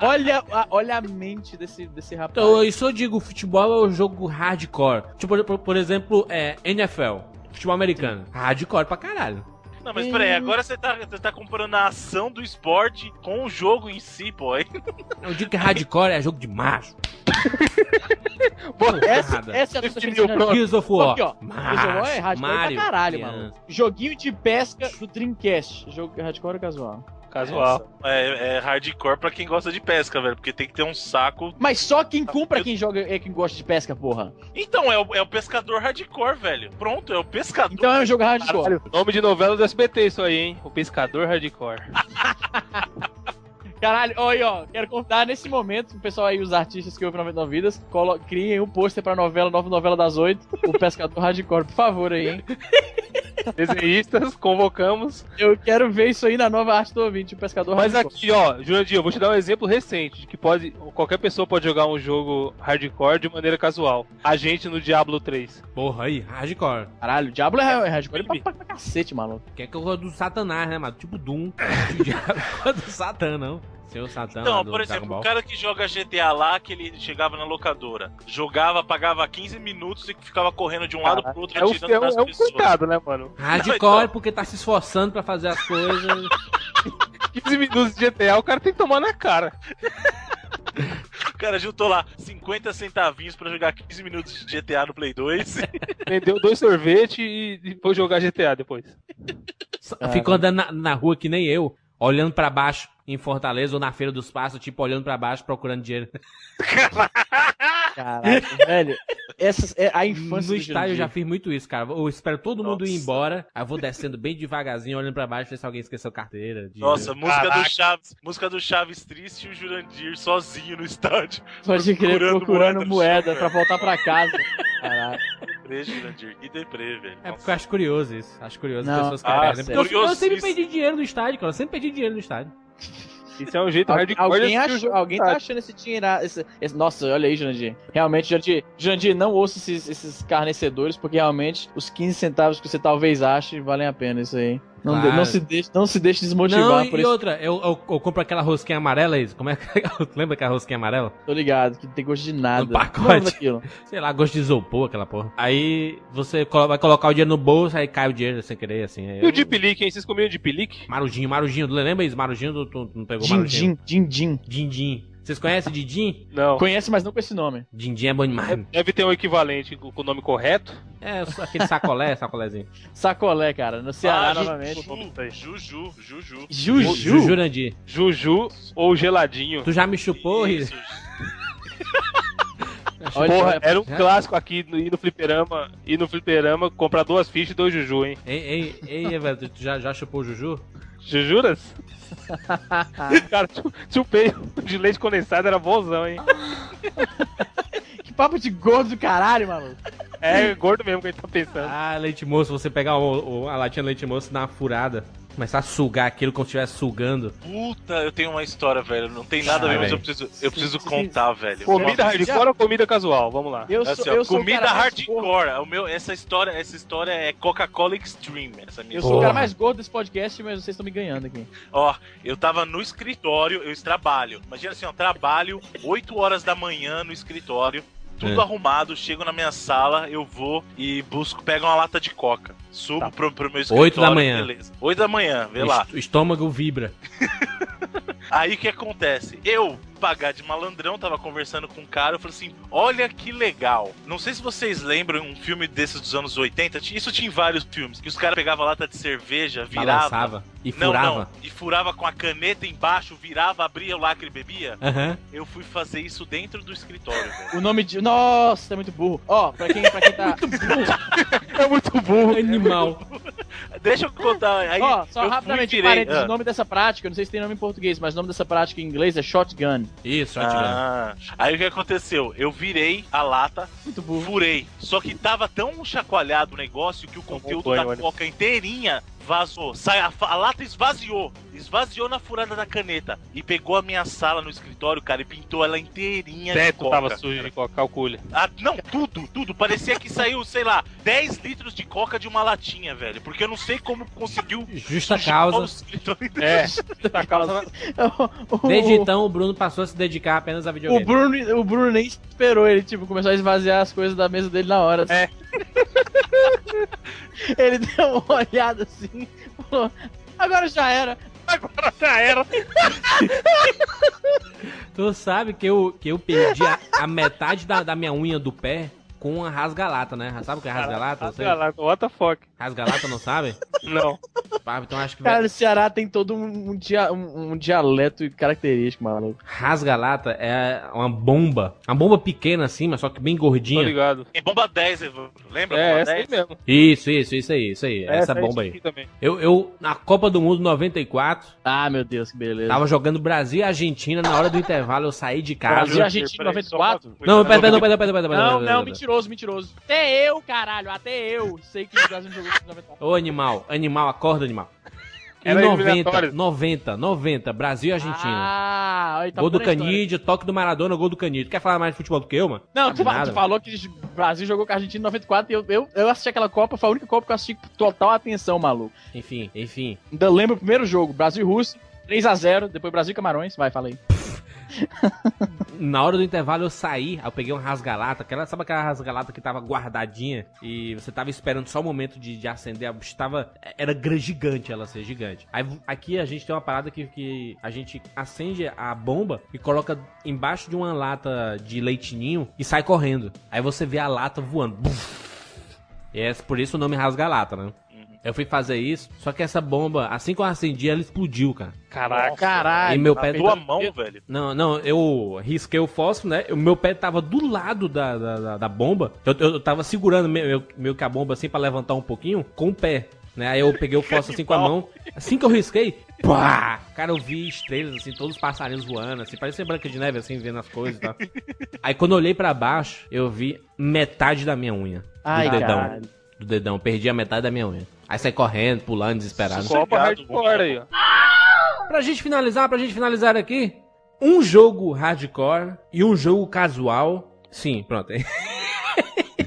Speaker 2: Olha, a, olha a mente desse, desse rapaz.
Speaker 1: Então, isso eu digo, futebol é o jogo hardcore. Tipo, por, por exemplo, é, NFL, futebol americano. Hardcore pra caralho.
Speaker 4: Não, mas peraí, agora você tá, você tá comparando a ação do esporte com o jogo em si, pô. É Aí
Speaker 1: Eu digo que hardcore é jogo de macho. Porra,
Speaker 2: essa,
Speaker 1: errada.
Speaker 2: essa é a tua
Speaker 3: Definiu,
Speaker 2: definição.
Speaker 3: pronto.
Speaker 1: Gears of War.
Speaker 2: Aqui, ó. Esse jogo é hardcore
Speaker 1: Mario,
Speaker 2: pra caralho,
Speaker 1: criança.
Speaker 2: mano. Joguinho de pesca do Dreamcast. Jogo hardcore ou casual?
Speaker 3: Casual.
Speaker 4: é, é hardcore pra quem gosta de pesca, velho. Porque tem que ter um saco.
Speaker 2: Mas só quem compra quem joga é quem gosta de pesca, porra.
Speaker 4: Então, é o, é o pescador hardcore, velho. Pronto, é o pescador.
Speaker 2: Então é um jogo hardcore.
Speaker 3: Nome de novela do SBT isso aí, hein? O Pescador Hardcore.
Speaker 2: Caralho, ó, aí, ó, quero convidar nesse momento o pessoal aí, os artistas que ouvem 99 Vidas, colo- criem um pôster pra novela, nova novela das oito, o Pescador Hardcore, por favor aí, hein?
Speaker 3: Desenhistas, convocamos.
Speaker 2: Eu quero ver isso aí na nova arte do ouvinte, o Pescador
Speaker 3: Mas
Speaker 2: Hardcore.
Speaker 3: aqui, ó, Jurandir, eu vou te dar um exemplo recente de que pode. Qualquer pessoa pode jogar um jogo hardcore de maneira casual. A gente no Diablo 3.
Speaker 1: Porra aí, hardcore.
Speaker 2: Caralho, o Diablo é hardcore pra, pra, pra cacete, maluco.
Speaker 1: Quer que eu gosto do satanás, né, mano? Tipo Doom. Tipo diabo, eu gosto do satã, não. Seu satã lá
Speaker 4: Então,
Speaker 1: do
Speaker 4: por
Speaker 1: Dragon
Speaker 4: exemplo,
Speaker 1: Ball.
Speaker 4: o cara que joga GTA lá, que ele chegava na locadora, jogava, pagava 15 minutos e ficava correndo de um lado pro
Speaker 2: Tá
Speaker 4: outro,
Speaker 3: É um,
Speaker 4: atirando
Speaker 3: é um,
Speaker 4: nas
Speaker 3: é um
Speaker 4: pessoas.
Speaker 3: coitado, né, mano?
Speaker 4: é
Speaker 1: Hardcore porque tá se esforçando pra fazer as coisas.
Speaker 3: 15 minutos de GTA, o cara tem que tomar na cara.
Speaker 4: O cara juntou lá 50 centavinhos pra jogar 15 minutos de GTA no Play 2.
Speaker 3: Vendeu dois sorvetes e, e foi jogar GTA depois.
Speaker 2: Cara.
Speaker 1: Ficou andando na, na rua que nem eu, olhando pra baixo em Fortaleza ou na Feira dos Passos, tipo, olhando pra baixo procurando dinheiro.
Speaker 2: Caraca, velho. Essas, é a
Speaker 1: No
Speaker 2: infância do
Speaker 1: estádio eu já
Speaker 2: Jandir.
Speaker 1: fiz muito isso, cara. Eu espero todo mundo ir
Speaker 4: Nossa.
Speaker 1: embora, aí eu vou descendo bem devagarzinho, olhando pra baixo, ver se alguém esqueceu carteira. de-
Speaker 4: Nossa, música do,
Speaker 3: Caraca.
Speaker 4: Chaves, música do Chaves triste e o Jurandir sozinho no estádio.
Speaker 2: Pode crer,
Speaker 4: procurando moeda
Speaker 2: procurando
Speaker 4: no
Speaker 2: moeda
Speaker 4: chão,
Speaker 2: pra voltar pra casa. Caraca.
Speaker 4: Deprê, Jurandir. Que deprê, velho.
Speaker 1: É
Speaker 4: Nossa.
Speaker 1: porque eu acho curioso isso. Acho curioso as
Speaker 2: Não,
Speaker 1: pessoas que
Speaker 2: ah,
Speaker 1: perdem. Porque eu, eu sempre
Speaker 4: curiosíssimo.
Speaker 1: perdi dinheiro no estádio, cara. Eu sempre perdi dinheiro no estádio.
Speaker 3: Isso é um jeito
Speaker 2: Al-
Speaker 3: hardcore de
Speaker 2: alguém,
Speaker 3: assistir o
Speaker 2: achou-
Speaker 3: jogo.
Speaker 2: alguém tá
Speaker 3: sabe?
Speaker 2: achando esse dinheiro. Esse, esse- nossa, olha aí, Jandir. Realmente, Jandir, Jandir não ouça esses, esses carnecedores, porque realmente os 15 centavos que você talvez ache valem a pena isso aí. Não, de-
Speaker 1: Claro.
Speaker 2: não se, deixe, não se deixe desmotivar
Speaker 1: Não, e
Speaker 2: por isso.
Speaker 1: outra, eu, eu- eu compro aquela rosquinha amarela, Isa. Como é que. Lembra aquela rosquinha amarela?
Speaker 2: Tô ligado, que não tem gosto de nada.
Speaker 1: No Um pacote.
Speaker 2: Não, daquilo.
Speaker 1: Sei lá, gosto de isopor, aquela porra. Aí você colo- vai colocar o dinheiro no bolso, aí cai o dinheiro sem querer, assim. Aí
Speaker 3: E o
Speaker 1: eu-
Speaker 3: Deep Leak, hein? Vocês comiam Deep Leak?
Speaker 1: Marujinho, Marujinho. Lembra isso? Marujinho, do- tu, tu não pegou Marujinho?
Speaker 2: Dindim, dindim.
Speaker 1: Dindim. Vocês conhecem Dindim?
Speaker 3: Não.
Speaker 2: Conhece, mas não com esse nome.
Speaker 1: Dindim é bom demais.
Speaker 3: Deve ter um equivalente com com o nome correto.
Speaker 1: É, só aquele sacolé, sacolézinho.
Speaker 2: Sacolé, cara, no Ceará
Speaker 4: Ah, Ju-
Speaker 2: novamente.
Speaker 4: Juju, Juju.
Speaker 2: Juju.
Speaker 1: Ju- Jurandir.
Speaker 3: Juju ou Geladinho.
Speaker 1: Tu já me chupou, Riz?
Speaker 4: Isso,
Speaker 2: Olha,
Speaker 3: Porra, era um
Speaker 1: já-
Speaker 3: clássico aqui no, ir no fliperama, ir no fliperama, comprar duas fichas e dois Juju, hein?
Speaker 1: Ei, ei, ei, Everton, tu já, já chupou o Juju?
Speaker 3: Jujuras? Cara, chu- chupei um de leite condensado, era bonzão, hein?
Speaker 2: que papo de gordo do caralho, maluco.
Speaker 3: É gordo mesmo que a gente tá pensando.
Speaker 1: Ah, leite moço, você pegar o, o- a latinha de leite moço na furada, começar a sugar aquilo como se estivesse sugando.
Speaker 4: Puta, eu tenho uma história, velho. Não tem nada a
Speaker 1: Ah,
Speaker 4: ver, mas eu
Speaker 1: velho.
Speaker 4: preciso, eu preciso
Speaker 2: Sim,
Speaker 4: contar, velho.
Speaker 3: Comida
Speaker 2: Já-
Speaker 3: hardcore ou comida casual? Vamos lá.
Speaker 2: Eu
Speaker 4: Assim,
Speaker 2: sou,
Speaker 4: ó,
Speaker 2: eu sou o
Speaker 4: comida
Speaker 2: cara mais gordo.
Speaker 4: hardcore. O meu, essa história, essa história é Coca-Cola Extreme. Essa minha
Speaker 2: Eu sou o
Speaker 1: Porra.
Speaker 2: cara mais gordo desse podcast, mas vocês estão me ganhando aqui.
Speaker 4: Ó, eu tava no escritório, eu trabalho. Imagina assim, ó, trabalho 8 horas da manhã no escritório, tudo
Speaker 1: É.
Speaker 4: arrumado, chego na minha sala, eu vou e busco, pego uma lata de coca. Subo pro, pro meu escritório.
Speaker 1: Tá. Oito da manhã.
Speaker 4: Beleza. 8 da manhã, vê lá.
Speaker 1: O estômago vibra.
Speaker 4: Aí o que acontece? Eu, pagar de malandrão, tava conversando com um cara, eu falei assim: olha que legal. Não sei se vocês lembram um filme desses dos anos 80, ti- isso tinha em vários filmes, que os caras pegavam lata de cerveja, virava.
Speaker 1: Balançava e
Speaker 4: Não,
Speaker 1: furava.
Speaker 4: não. E furava com a caneta embaixo, virava, abria o lacre e bebia.
Speaker 1: Aham.
Speaker 4: Eu fui fazer isso dentro do escritório, velho.
Speaker 2: O nome de. Nossa, é muito burro. Ó, pra quem, pra quem tá.
Speaker 3: É muito burro.
Speaker 1: Animal.
Speaker 4: Deixa eu contar. Aí
Speaker 2: Ó, só
Speaker 4: eu
Speaker 2: rapidamente,
Speaker 4: fui e
Speaker 2: um
Speaker 4: virei.
Speaker 2: parênteses,
Speaker 4: ah.
Speaker 2: o nome dessa prática, eu não sei se tem nome em português, mas o nome dessa prática em inglês é shotgun.
Speaker 1: Isso, ótimo.
Speaker 4: Ah. Aí o que aconteceu? Eu virei a lata,
Speaker 2: Muito
Speaker 3: Tipo,
Speaker 2: burro.
Speaker 4: furei. Só que tava tão chacoalhado o negócio que o conteúdo
Speaker 3: banho,
Speaker 4: da
Speaker 3: olha.
Speaker 4: coca inteirinha vazou. Sai, a, fa- a lata esvaziou. Esvaziou na furada da caneta. E pegou a minha sala no escritório, cara, e pintou ela inteirinha de
Speaker 3: Teto
Speaker 4: coca.
Speaker 3: tava sujo de coca, calcule.
Speaker 4: Ah, não, tudo, tudo. Parecia que saiu, sei lá, 10 litros de coca de uma latinha, velho. Porque eu não sei como conseguiu.
Speaker 1: Justa
Speaker 4: sujar o
Speaker 1: causa.
Speaker 4: escritório.
Speaker 3: É, tá
Speaker 2: O- o-
Speaker 1: Desde então, o Bruno passou a se dedicar apenas a
Speaker 2: o
Speaker 1: videogame.
Speaker 2: Bruno, o Bruno nem esperou, ele tipo, começou a esvaziar as coisas da mesa dele na hora.
Speaker 3: É.
Speaker 2: ele deu uma olhada assim, falou, agora já era.
Speaker 3: Agora já era.
Speaker 1: Tá Tu sabe que eu, que eu perdi a, a metade da, da minha unha do pé com uma rasgalata, né? Sabe o que é rasgalata? Você-
Speaker 3: Rasgalata, what the fuck?
Speaker 1: Rasgalata, não sabe?
Speaker 3: Não.
Speaker 1: Pá, Então acho que vai-
Speaker 2: Cara, o Ceará tem todo um, um dia, um, um dialeto característico, maluco.
Speaker 1: rasgalata é uma bomba. Uma bomba pequena assim, mas só que bem
Speaker 3: Tô
Speaker 1: gordinha.
Speaker 3: ligado.
Speaker 4: Tem bomba 10, Evandro. Lembra?
Speaker 3: É,
Speaker 4: bomba
Speaker 3: essa aí
Speaker 4: 10?
Speaker 3: mesmo.
Speaker 1: Isso, isso, isso aí, isso aí.
Speaker 2: É,
Speaker 1: Essa,
Speaker 2: tá
Speaker 1: bomba aí.
Speaker 3: aqui Também.
Speaker 1: Eu, eu, na Copa do Mundo 94,
Speaker 2: Ah, meu Deus, que beleza.
Speaker 1: tava jogando Brasil e Argentina. Na hora do intervalo, eu saí de
Speaker 2: Brasil e
Speaker 1: casa.
Speaker 2: Argentina
Speaker 3: Peraí, só
Speaker 2: 94?
Speaker 4: Foi
Speaker 1: Não,
Speaker 4: na-
Speaker 1: perdão, perdão, perdão, perdão, perdão.
Speaker 2: Não,
Speaker 1: perdão,
Speaker 2: não,
Speaker 1: perdão.
Speaker 2: mentiroso, mentiroso. Até eu, caralho, até eu sei que o Brasil não jogou esse 94.
Speaker 1: Ô, animal, animal, acorda, animal. Em
Speaker 3: Era
Speaker 1: 90,
Speaker 3: eliminatórias.
Speaker 1: 90, 90, Brasil e Argentina.
Speaker 2: Ah, olha, tá
Speaker 1: gol do
Speaker 2: boa a história.
Speaker 1: Canidio, toque do Maradona, gol do Canidio. Tu quer falar mais de futebol do que eu, mano?
Speaker 2: Não, tu, fa-
Speaker 1: Nada.
Speaker 2: tu falou que o Brasil jogou com a Argentina em 94 e eu, eu, eu assisti aquela Copa, foi a única Copa que eu assisti com total atenção, maluco.
Speaker 1: Enfim, enfim.
Speaker 2: Ainda lembro o primeiro jogo, Brasil e Rússia, 3x0, depois Brasil e Camarões, vai, fala aí.
Speaker 1: Na hora do intervalo eu saí, aí eu peguei um rasgalata, aquela, sabe aquela rasgalata que tava guardadinha e você tava esperando só o momento de, de acender, a bicha tava, era gran- gigante ela ser gigante. Aí v- aqui a gente tem uma parada que, que a gente acende a bomba e coloca embaixo de uma lata de leitinho e sai correndo. Aí você vê a lata voando. Buf! E é por isso o nome rasgalata, né? Eu fui fazer isso, só que essa bomba, assim que eu acendi, ela explodiu, cara.
Speaker 3: Caraca.
Speaker 2: Caralho.
Speaker 1: e meu
Speaker 3: tá
Speaker 1: pé
Speaker 3: bem.
Speaker 4: Tua mão, velho.
Speaker 1: Não, não, eu risquei o fósforo, né? O meu pé tava do lado da, da, da- da bomba. Eu, eu, eu tava segurando meio, meio- meio que a bomba assim pra levantar um pouquinho com o pé. Né? Aí eu peguei o fósforo assim com a mão. Assim que eu risquei, pá! Cara, eu vi estrelas, assim, todos os passarinhos voando, assim, parecia branca de neve, assim, vendo as coisas e tal. Aí quando eu olhei pra baixo, eu vi metade da minha unha.
Speaker 2: Ai,
Speaker 1: dedão.
Speaker 2: cara.
Speaker 1: Do dedão, eu perdi a metade da minha unha. Aí saí correndo, pulando, desesperado.
Speaker 3: Copa
Speaker 4: Sossegado,
Speaker 3: hardcore aí, ó.
Speaker 1: Pra gente finalizar, pra gente finalizar aqui, um jogo hardcore e um jogo casual. Sim, pronto.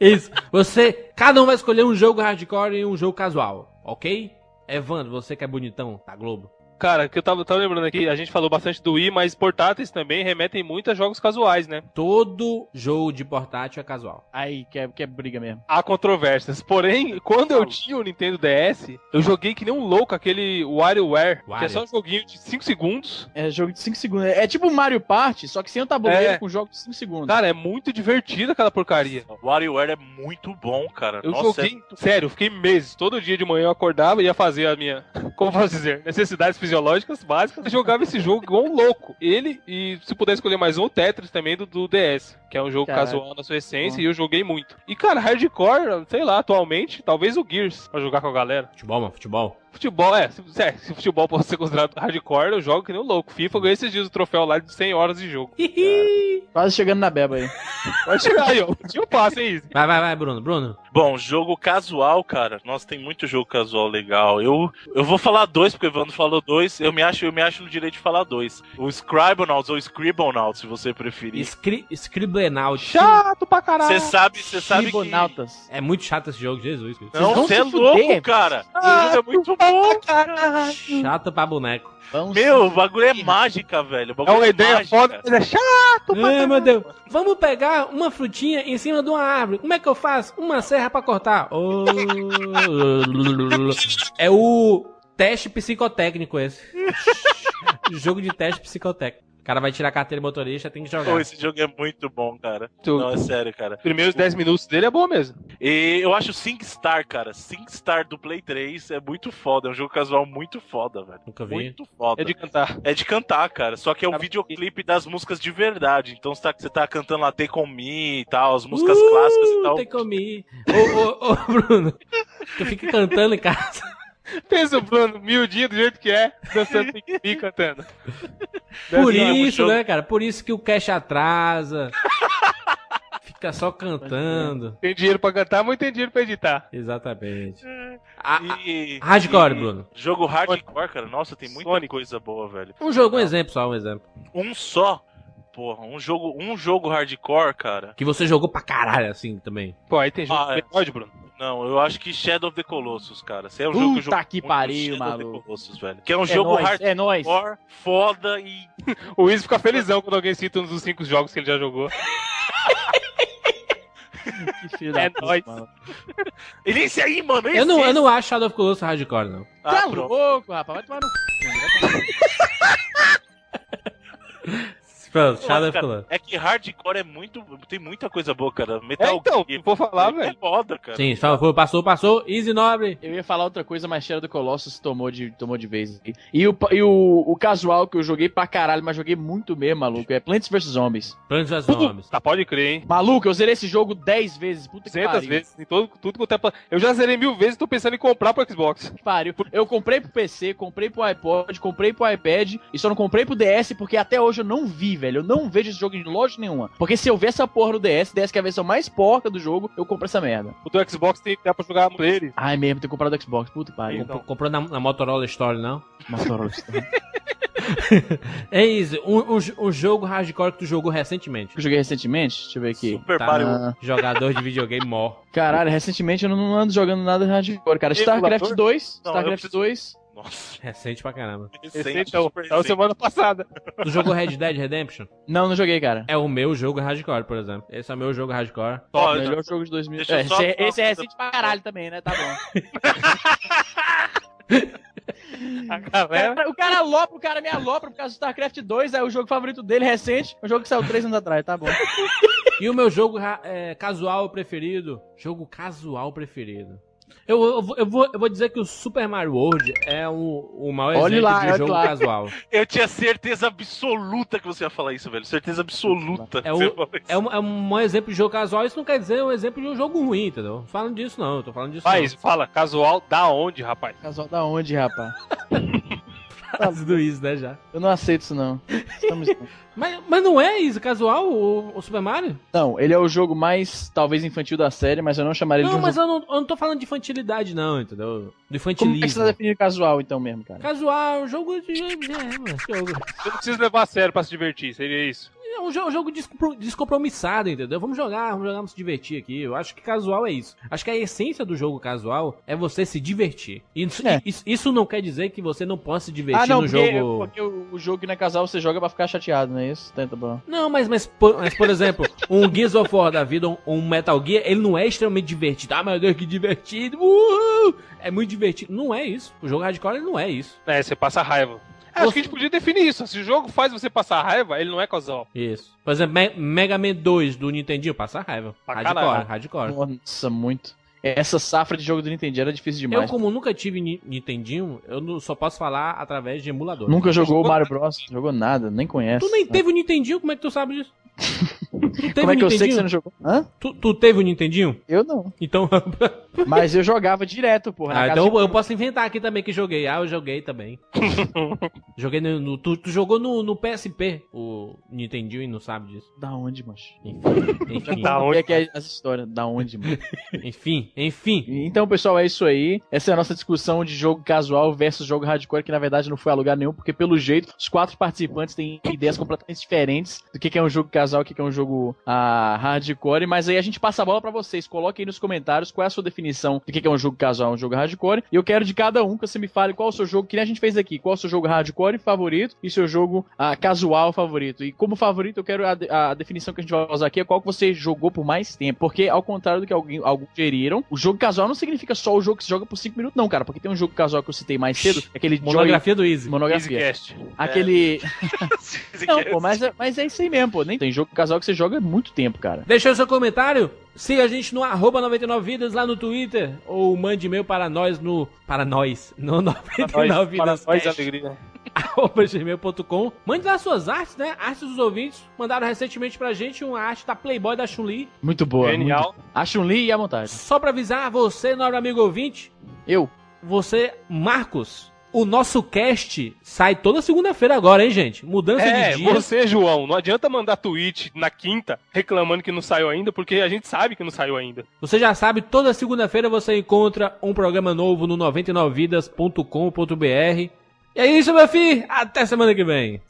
Speaker 1: Isso. Você, cada um vai escolher um jogo hardcore e um jogo casual, ok? Evandro, você que é bonitão da Globo.
Speaker 3: Cara, que eu tava, tava lembrando aqui, a gente falou bastante do Wii, mas portáteis também remetem muito a jogos casuais, né?
Speaker 1: Todo jogo de portátil é casual.
Speaker 2: Aí, que é, que é briga mesmo.
Speaker 3: Há controvérsias. Porém, quando eu tinha o Nintendo DS, eu joguei que nem um louco aquele WarioWare, que é só um joguinho de 5 segundos.
Speaker 2: É jogo de 5 segundos. É tipo Mario Party, só que sem o tabuleiro,
Speaker 3: É.
Speaker 2: com jogo de 5 segundos.
Speaker 3: Cara, é muito divertido aquela porcaria.
Speaker 4: WarioWare é muito bom, cara.
Speaker 3: Eu
Speaker 4: Nossa, é
Speaker 3: joguei, sério, eu fiquei meses. Todo dia de manhã eu acordava e ia fazer a minha, como posso dizer, necessidades fisiológicas básicas. Eu jogava esse jogo igual um louco. Ele, e se puder escolher mais um, o Tetris também do, do DS, que é um jogo
Speaker 2: Caralho.
Speaker 3: casual na sua essência,
Speaker 2: Bom.
Speaker 3: e eu joguei muito. E, cara, hardcore, sei lá, atualmente, talvez o Gears, pra jogar com a galera.
Speaker 1: Futebol, mano, futebol.
Speaker 3: Futebol, é, se, é, se futebol pode ser considerado hardcore, eu jogo que nem um louco. FIFA eu ganhei esses dias o troféu lá de 100 horas de jogo.
Speaker 2: Quase chegando na beba aí.
Speaker 3: Pode chegar aí, ó. Um dia eu passo, hein, Izzy?
Speaker 1: Vai, vai, vai, Bruno. Bruno,
Speaker 4: Bom, jogo casual, cara. Nossa, tem muito jogo casual legal. Eu, eu vou falar dois, porque o Evandro falou dois. Eu me acho, eu me acho no direito de falar dois. O Scribonauts ou Scribonauts, se você preferir.
Speaker 1: Scri Scriblenaut.
Speaker 3: Chato pra caralho.
Speaker 4: Você sabe, você sabe que...
Speaker 2: Tribonautas.
Speaker 1: É muito chato esse jogo, Jesus. Cristo.
Speaker 4: Não,
Speaker 2: vão
Speaker 4: você
Speaker 2: se
Speaker 4: é louco,
Speaker 2: fuder. Ah,
Speaker 4: cara. Esse jogo é muito bom, cara.
Speaker 1: Chato pra boneco.
Speaker 2: Vamos
Speaker 4: Meu, o bagulho é mágica, velho. O
Speaker 3: É
Speaker 4: bagulho
Speaker 3: uma ideia
Speaker 4: mágica.
Speaker 3: foda, mas é chato pra
Speaker 1: Ai, meu Deus. Vamos pegar uma frutinha em cima de uma árvore. Como é que eu faço? Uma serra pra cortar. Ô, é o teste psicotécnico esse. Jogo de teste psicotécnico. O cara vai tirar a carteira de motorista, tem que
Speaker 4: Pô,
Speaker 1: jogar.
Speaker 4: esse jogo é muito bom, cara.
Speaker 3: Tu-
Speaker 4: Não, é sério, cara.
Speaker 3: primeiros 10 minutos dele é bom mesmo.
Speaker 4: E eu acho SingStar, cara. SingStar do Play 3 é muito foda. É um jogo casual muito foda, velho.
Speaker 1: Nunca vi.
Speaker 4: Muito foda.
Speaker 3: É de cantar.
Speaker 4: É de cantar, cara. Só que é um
Speaker 3: Cara,
Speaker 4: videoclipe das músicas de verdade. Então você tá, você tá cantando lá Take On Me e tal, as músicas
Speaker 1: Uh,
Speaker 4: clássicas então. e tal.
Speaker 1: Tem comi. Ô, ô, ô, Bruno. Tu fica cantando em casa.
Speaker 3: Pensa o Bruno, miudinho do jeito que é, dançando e cantando.
Speaker 1: Por
Speaker 4: Deve ser um
Speaker 1: isso,
Speaker 4: jogo.
Speaker 1: né, cara? Por isso que o cash atrasa. Fica só cantando.
Speaker 3: Tem dinheiro pra cantar, mas não tem dinheiro pra editar.
Speaker 1: Exatamente. A, a,
Speaker 4: E,
Speaker 1: Ah, hardcore,
Speaker 4: e-
Speaker 1: Bruno.
Speaker 4: Jogo hardcore, cara. Nossa, tem muita
Speaker 3: Sonic.
Speaker 4: coisa boa, velho.
Speaker 1: Um jogo, um exemplo só, um exemplo.
Speaker 4: Um só. Porra, um jogo, um jogo hardcore, cara.
Speaker 1: Que você jogou pra caralho, assim, também.
Speaker 3: Pô, aí tem jogo
Speaker 4: Ah, é.
Speaker 3: que pode, Bruno.
Speaker 4: Não, eu acho que Shadow of the Colossus, cara. Esse é um jogo que eu
Speaker 2: Puta
Speaker 4: jogo
Speaker 2: que
Speaker 4: muito,
Speaker 2: pariu,
Speaker 4: Shadow of the
Speaker 2: maluco.
Speaker 4: Colossus, velho. Que é um
Speaker 2: É
Speaker 4: jogo
Speaker 2: nóis,
Speaker 4: hardcore,
Speaker 2: é nóis.
Speaker 4: foda e
Speaker 3: O Izzy fica felizão quando alguém cita um dos cinco jogos que ele já jogou.
Speaker 2: Que filho da
Speaker 3: É
Speaker 2: puta,
Speaker 3: nóis.
Speaker 2: mano.
Speaker 4: Ele esse aí, mano. Esse,
Speaker 1: Eu não, eu
Speaker 4: esse.
Speaker 1: não acho Shadow of Colossus hardcore, não.
Speaker 4: Ah,
Speaker 2: Tá
Speaker 4: pronto.
Speaker 2: louco, rapaz. Vai tomar no c.
Speaker 1: Pronto, Shadow
Speaker 4: Shadow
Speaker 1: of
Speaker 4: of
Speaker 1: Colossus.
Speaker 4: É que hardcore é muito. Tem muita coisa boa, cara.
Speaker 3: É,
Speaker 4: Metal
Speaker 3: então,
Speaker 4: Gear.
Speaker 3: não vou falar,
Speaker 4: é
Speaker 3: velho.
Speaker 4: foda, cara.
Speaker 1: Sim, Shadow of Colossus passou, passou. Easy Nobre.
Speaker 2: Eu ia falar outra coisa, mas Shadow do Colossus tomou de, tomou de vez. aqui. E, o, e o, o casual que eu joguei pra caralho, mas joguei muito mesmo, maluco, é Plants vs Zombies.
Speaker 1: Plants vs
Speaker 3: Tudo-
Speaker 1: Zombies.
Speaker 3: Tá, pode crer, hein.
Speaker 2: Maluco, eu zerei esse jogo 10 vezes. Puta que
Speaker 3: 200
Speaker 2: pariu.
Speaker 3: vezes, em todo, tudo quanto é... pla- Eu já zerei mil vezes e tô pensando em comprar pro Xbox.
Speaker 2: que pariu. Eu comprei pro PC, comprei pro iPod, comprei pro iPad e só não comprei pro DS porque até hoje eu não vi, velho. Eu não vejo esse jogo em loja nenhuma. Porque se eu ver essa porra no DS, DS que é a versão mais porca do jogo, eu compro essa merda.
Speaker 3: O do Xbox tem dá pra jogar mulher.
Speaker 2: Ai mesmo, tem que comprar do Xbox. Puta que pariu.
Speaker 4: Então.
Speaker 1: Comprou- Comprou na, na Motorola Story, não?
Speaker 2: Motorola.
Speaker 1: É isso, um, um jo- um jogo hardcore que tu jogou recentemente.
Speaker 2: que eu joguei recentemente, deixa eu ver aqui.
Speaker 4: Super
Speaker 2: Tá.
Speaker 4: Mario.
Speaker 1: Jogador de videogame mor.
Speaker 2: Caralho, recentemente eu não ando jogando nada hardcore, cara. StarCraft
Speaker 3: Emulador?
Speaker 2: 2,
Speaker 4: Não, eu
Speaker 2: StarCraft
Speaker 4: preciso-
Speaker 2: 2.
Speaker 4: Nossa,
Speaker 1: Recente pra caramba.
Speaker 3: Esse
Speaker 4: recente,
Speaker 3: então,
Speaker 4: super
Speaker 3: tava
Speaker 4: recente.
Speaker 3: semana passada.
Speaker 1: Tu jogou Red Dead Redemption?
Speaker 2: Não, não joguei, cara.
Speaker 1: É o meu jogo hardcore, por exemplo. Esse é o meu jogo hardcore.
Speaker 4: Ó,
Speaker 2: O
Speaker 4: eu
Speaker 2: melhor jogo de 2000.
Speaker 4: Deixa eu
Speaker 2: É,
Speaker 4: só
Speaker 2: esse, é-
Speaker 4: falar
Speaker 2: esse é
Speaker 4: uma
Speaker 2: recente pra caralho também, né? Tá bom.
Speaker 3: A
Speaker 4: É?
Speaker 3: galera...
Speaker 2: o cara alopra, o cara me alopra por causa do StarCraft 2, aí o jogo favorito dele recente, o jogo que saiu 3 anos atrás, tá bom.
Speaker 1: E o meu jogo ra- é, casual preferido? Jogo casual preferido. Eu, eu, vou- eu vou, eu vou dizer que o Super Mario World é o, o maior
Speaker 2: Olhe
Speaker 1: exemplo
Speaker 2: lá,
Speaker 1: de
Speaker 2: olhe
Speaker 1: jogo
Speaker 2: lá.
Speaker 1: casual.
Speaker 4: Eu tinha certeza absoluta que você ia falar isso, velho. Certeza absoluta. que
Speaker 1: É o-
Speaker 4: você ia falar isso.
Speaker 1: É um, é um maior exemplo de jogo casual, isso não quer dizer um exemplo de um jogo ruim, entendeu? Não Falando disso não, eu tô falando disso
Speaker 3: Mas fala, casual da onde, rapaz?
Speaker 2: Casual da onde, rapaz?
Speaker 1: não. Tudo isso, né, já.
Speaker 2: Eu não aceito isso, não. Estamos...
Speaker 1: Mas, mas não é isso, casual, o, o Super Mario?
Speaker 2: Não, ele é o jogo mais, talvez, infantil da série, mas eu não chamaria ele
Speaker 1: não,
Speaker 2: de um
Speaker 1: mas
Speaker 2: jogo...
Speaker 1: eu não, eu não tô falando de infantilidade não, entendeu? Do
Speaker 2: Como é que você tá
Speaker 1: infantilismo.
Speaker 2: definindo casual, então, mesmo, cara?
Speaker 1: Casual, jogo de... É, mano, jogo.
Speaker 3: Você não precisa levar a sério pra se divertir, seria isso.
Speaker 1: É um jo- um jogo descompro- descompromissado, entendeu? Vamos jogar, vamos jogar, vamos se divertir aqui. Eu acho que casual é isso. Acho que a essência do jogo casual é você se divertir. Isso,
Speaker 2: É.
Speaker 1: isso, isso não quer dizer que você não possa se divertir
Speaker 2: ah, não,
Speaker 1: no
Speaker 2: porque,
Speaker 1: jogo.
Speaker 2: porque o, o jogo que não é casual você joga pra ficar chateado, não é isso? Tenta, bom.
Speaker 1: Não, mas, mas, por, mas, por exemplo, um Gears of War da vida, um, um Metal Gear, ele não é extremamente divertido. Ah, meu Deus, que divertido! Uhul! É muito divertido. Não é isso. O jogo hardcore ele não é isso.
Speaker 3: É, você passa raiva. É, Acho que a gente podia definir isso. Se o jogo faz você passar raiva, ele não é casual.
Speaker 1: Isso. Por exemplo, Me- Mega Man 2 do Nintendinho passa raiva.
Speaker 3: Pra
Speaker 1: Hardcore,
Speaker 3: caralho.
Speaker 1: hardcore.
Speaker 2: Nossa, muito. Essa safra de jogo do Nintendo era difícil
Speaker 1: Eu,
Speaker 2: demais.
Speaker 1: como nunca tive Ni- Nintendinho, eu não- só posso falar através de emulador.
Speaker 2: Nunca jogou o
Speaker 3: jogou
Speaker 2: Mario Bros, jogou nada, nem conhece. Ah.
Speaker 1: Tu nem teve o Nintendinho, como é que tu sabe disso? Tu teve
Speaker 2: Como é que
Speaker 1: o
Speaker 2: eu sei que
Speaker 1: Nintendinho?
Speaker 2: você não jogou? Hã?
Speaker 1: tu, tu teve o Nintendinho?
Speaker 2: Eu não.
Speaker 1: Então.
Speaker 2: Mas eu jogava direto, porra. na
Speaker 1: ah,
Speaker 2: casa
Speaker 1: então
Speaker 2: de-
Speaker 1: eu, posso inventar aqui também que joguei. Ah, eu joguei também. joguei no. no- tu, tu jogou no, no PSP, o Nintendinho, e não sabe disso.
Speaker 2: Da onde, macho?
Speaker 1: Enfim,
Speaker 3: Da onde?
Speaker 2: O que é que é as histórias? Da onde, mano?
Speaker 1: enfim, enfim.
Speaker 2: Então, pessoal, é isso aí. Essa é a nossa discussão de jogo casual versus jogo hardcore, que na verdade não foi a lugar nenhum, porque pelo jeito os quatro participantes têm ideias completamente diferentes do que que é um jogo casual, o que que é um jogo ah, hardcore. Mas aí a gente passa a bola pra vocês. Coloquem aí nos comentários qual é a sua definição do que que é um jogo casual, um jogo hardcore. E eu quero de cada um que você me fale qual é o seu jogo, que nem a gente fez aqui, qual é o seu jogo hardcore favorito e seu jogo ah, casual favorito. E como favorito, eu quero a, de- a definição que a gente vai usar aqui é qual que você jogou por mais tempo. Porque, ao contrário do que alguém, alguns geriram, o jogo casual não significa só o jogo que se joga por 5 minutos, não, cara. Porque tem um jogo casual que eu citei mais cedo, aquele Joy...
Speaker 1: Monografia do Easy.
Speaker 2: Monografia.
Speaker 3: Easycast.
Speaker 2: Aquele.
Speaker 4: Você
Speaker 2: Não,
Speaker 4: quer-
Speaker 2: pô, mas é, mas é isso aí mesmo, pô. Nem tem jogo casual que você joga muito tempo, cara.
Speaker 1: Deixa o seu comentário. Siga a gente no arroba 99vidas lá no Twitter. Ou mande e-mail para nós no. Para nós. No
Speaker 3: Para nós,
Speaker 1: 99vidas.
Speaker 3: para nós, alegria.
Speaker 1: arroba gmail.com. Mande lá suas artes, né? Artes dos ouvintes. Mandaram recentemente pra gente uma arte da Playboy da Chun-Li.
Speaker 2: Muito boa.
Speaker 3: Genial.
Speaker 2: Muito... Acha um li e a montagem.
Speaker 1: Só pra avisar você, nobre amigo ouvinte,
Speaker 2: Eu.
Speaker 1: você, Marcos, o nosso cast sai toda segunda-feira agora, hein, gente? Mudança
Speaker 3: É,
Speaker 1: de dia.
Speaker 3: você, João, não adianta mandar tweet na quinta reclamando que não saiu ainda, porque a gente sabe que não saiu ainda.
Speaker 1: Você já sabe, toda segunda-feira você encontra um programa novo no 99vidas.com.br. E é isso, meu filho. Até semana que vem.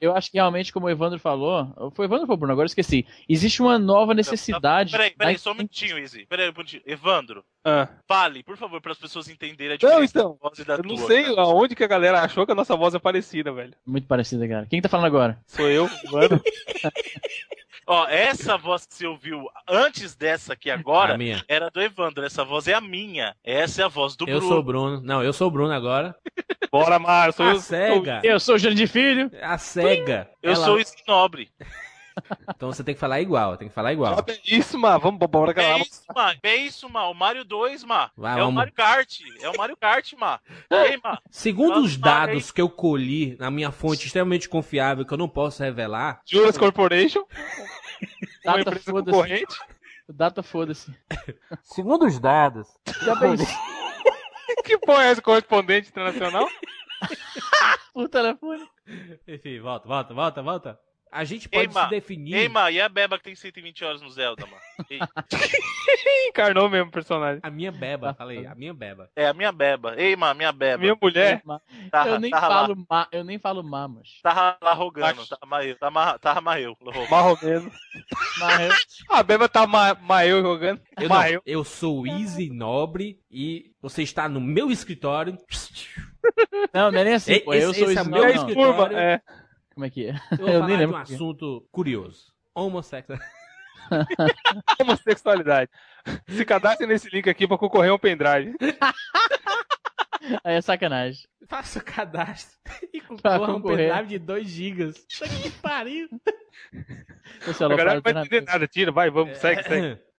Speaker 2: Eu acho que realmente, como o Evandro falou, foi o Evandro ou foi o Bruno, agora eu esqueci. Existe uma nova necessidade.
Speaker 4: Peraí, peraí, só um
Speaker 2: Aí-
Speaker 4: minutinho, Izzy. Peraí, um minutinho. Evandro,
Speaker 3: Ah.
Speaker 4: fale, por favor, para as pessoas entenderem a
Speaker 3: Não,
Speaker 4: diferença
Speaker 3: então.
Speaker 4: da voz e da
Speaker 3: Eu não
Speaker 4: tua,
Speaker 3: sei
Speaker 4: cara.
Speaker 3: aonde que a galera achou que a nossa voz é parecida, velho.
Speaker 2: Muito parecida, cara. Quem tá falando agora?
Speaker 3: Sou eu, mano.
Speaker 4: Ó, essa voz que você ouviu antes dessa aqui
Speaker 1: A
Speaker 4: agora
Speaker 1: minha.
Speaker 4: era do Evandro. Essa voz é a minha. Essa é a voz do
Speaker 1: Eu
Speaker 4: Bruno.
Speaker 1: sou o Bruno. Não, eu sou o Bruno agora.
Speaker 3: Bora, Mário. Sou
Speaker 1: A
Speaker 3: eu.
Speaker 1: cega.
Speaker 2: Eu sou o Júlio de Filho.
Speaker 1: A cega.
Speaker 4: Eu
Speaker 1: Ela-
Speaker 4: sou o Izzy Nobre.
Speaker 1: Então você tem que falar igual, tem que falar igual.
Speaker 3: Joga é isso, mano. Vamos bora
Speaker 4: É
Speaker 3: gravar.
Speaker 4: isso, Má. É isso, Má. O Mario 2, Má.
Speaker 1: Vai,
Speaker 4: é o
Speaker 1: vamos.
Speaker 4: Mario Kart. É o Mario Kart, Má.
Speaker 2: É.
Speaker 4: Ei, Má.
Speaker 1: Segundo os
Speaker 4: Vamos lá,
Speaker 1: dados que eu colhi na minha fonte extremamente confiável, que eu não posso revelar,
Speaker 3: Juras Corporation. Uma
Speaker 2: Data
Speaker 3: empresa
Speaker 2: foda-se.
Speaker 3: concorrente.
Speaker 2: Data foda-se.
Speaker 1: segundo os dados,
Speaker 2: Já pensei
Speaker 3: Que porra é essa correspondente internacional?
Speaker 2: por telefone.
Speaker 1: Enfim, volta, volta, volta, volta. A gente pode
Speaker 4: Ei, Ma.
Speaker 1: se definir.
Speaker 4: Ei, Má. E a Beba que tem 120 horas no Zelda, Má? Ei.
Speaker 3: Encarnou mesmo o personagem.
Speaker 1: A minha beba, falei, a minha beba.
Speaker 4: É a minha Beba. Ei, Má, minha Beba.
Speaker 3: Minha mulher.
Speaker 4: Tá,
Speaker 2: eu nem
Speaker 4: tá lá.
Speaker 2: falo ma, eu nem falo mamas.
Speaker 4: Tava lá rogando,
Speaker 3: Acho-
Speaker 4: tava maio, tava ma- tava maio.
Speaker 3: Marro mesmo.
Speaker 2: Mas eu-
Speaker 3: A Beba tá ma maio jogando.
Speaker 1: Eu, não,
Speaker 3: maio.
Speaker 1: eu sou o Easy Nobre e você está no meu escritório.
Speaker 2: não, não é nem assim,
Speaker 1: Ei,
Speaker 2: pô.
Speaker 1: esse-
Speaker 2: eu sou
Speaker 1: esse é
Speaker 2: isso,
Speaker 1: meu
Speaker 2: não,
Speaker 3: É
Speaker 2: não.
Speaker 1: escrito.
Speaker 3: espuma. É.
Speaker 2: Como é que é?
Speaker 1: Eu vou
Speaker 2: Eu nem
Speaker 1: falar de um
Speaker 2: lembro que-
Speaker 1: assunto curioso. Homossexual.
Speaker 3: Homossexualidade. Se cadastre nesse link aqui pra concorrer a um pendrive.
Speaker 2: Tá Aí é sacanagem.
Speaker 1: Faça o cadastro e
Speaker 2: Pra
Speaker 1: concorra a um
Speaker 2: concorrer.
Speaker 1: pendrive de 2 GB. Isso aqui que pariu.
Speaker 2: Você é
Speaker 3: A
Speaker 2: aloprado
Speaker 3: galera não vai
Speaker 2: pela
Speaker 3: entender
Speaker 2: mesa. É.
Speaker 3: nada. Tira, vai, vamos, segue, segue.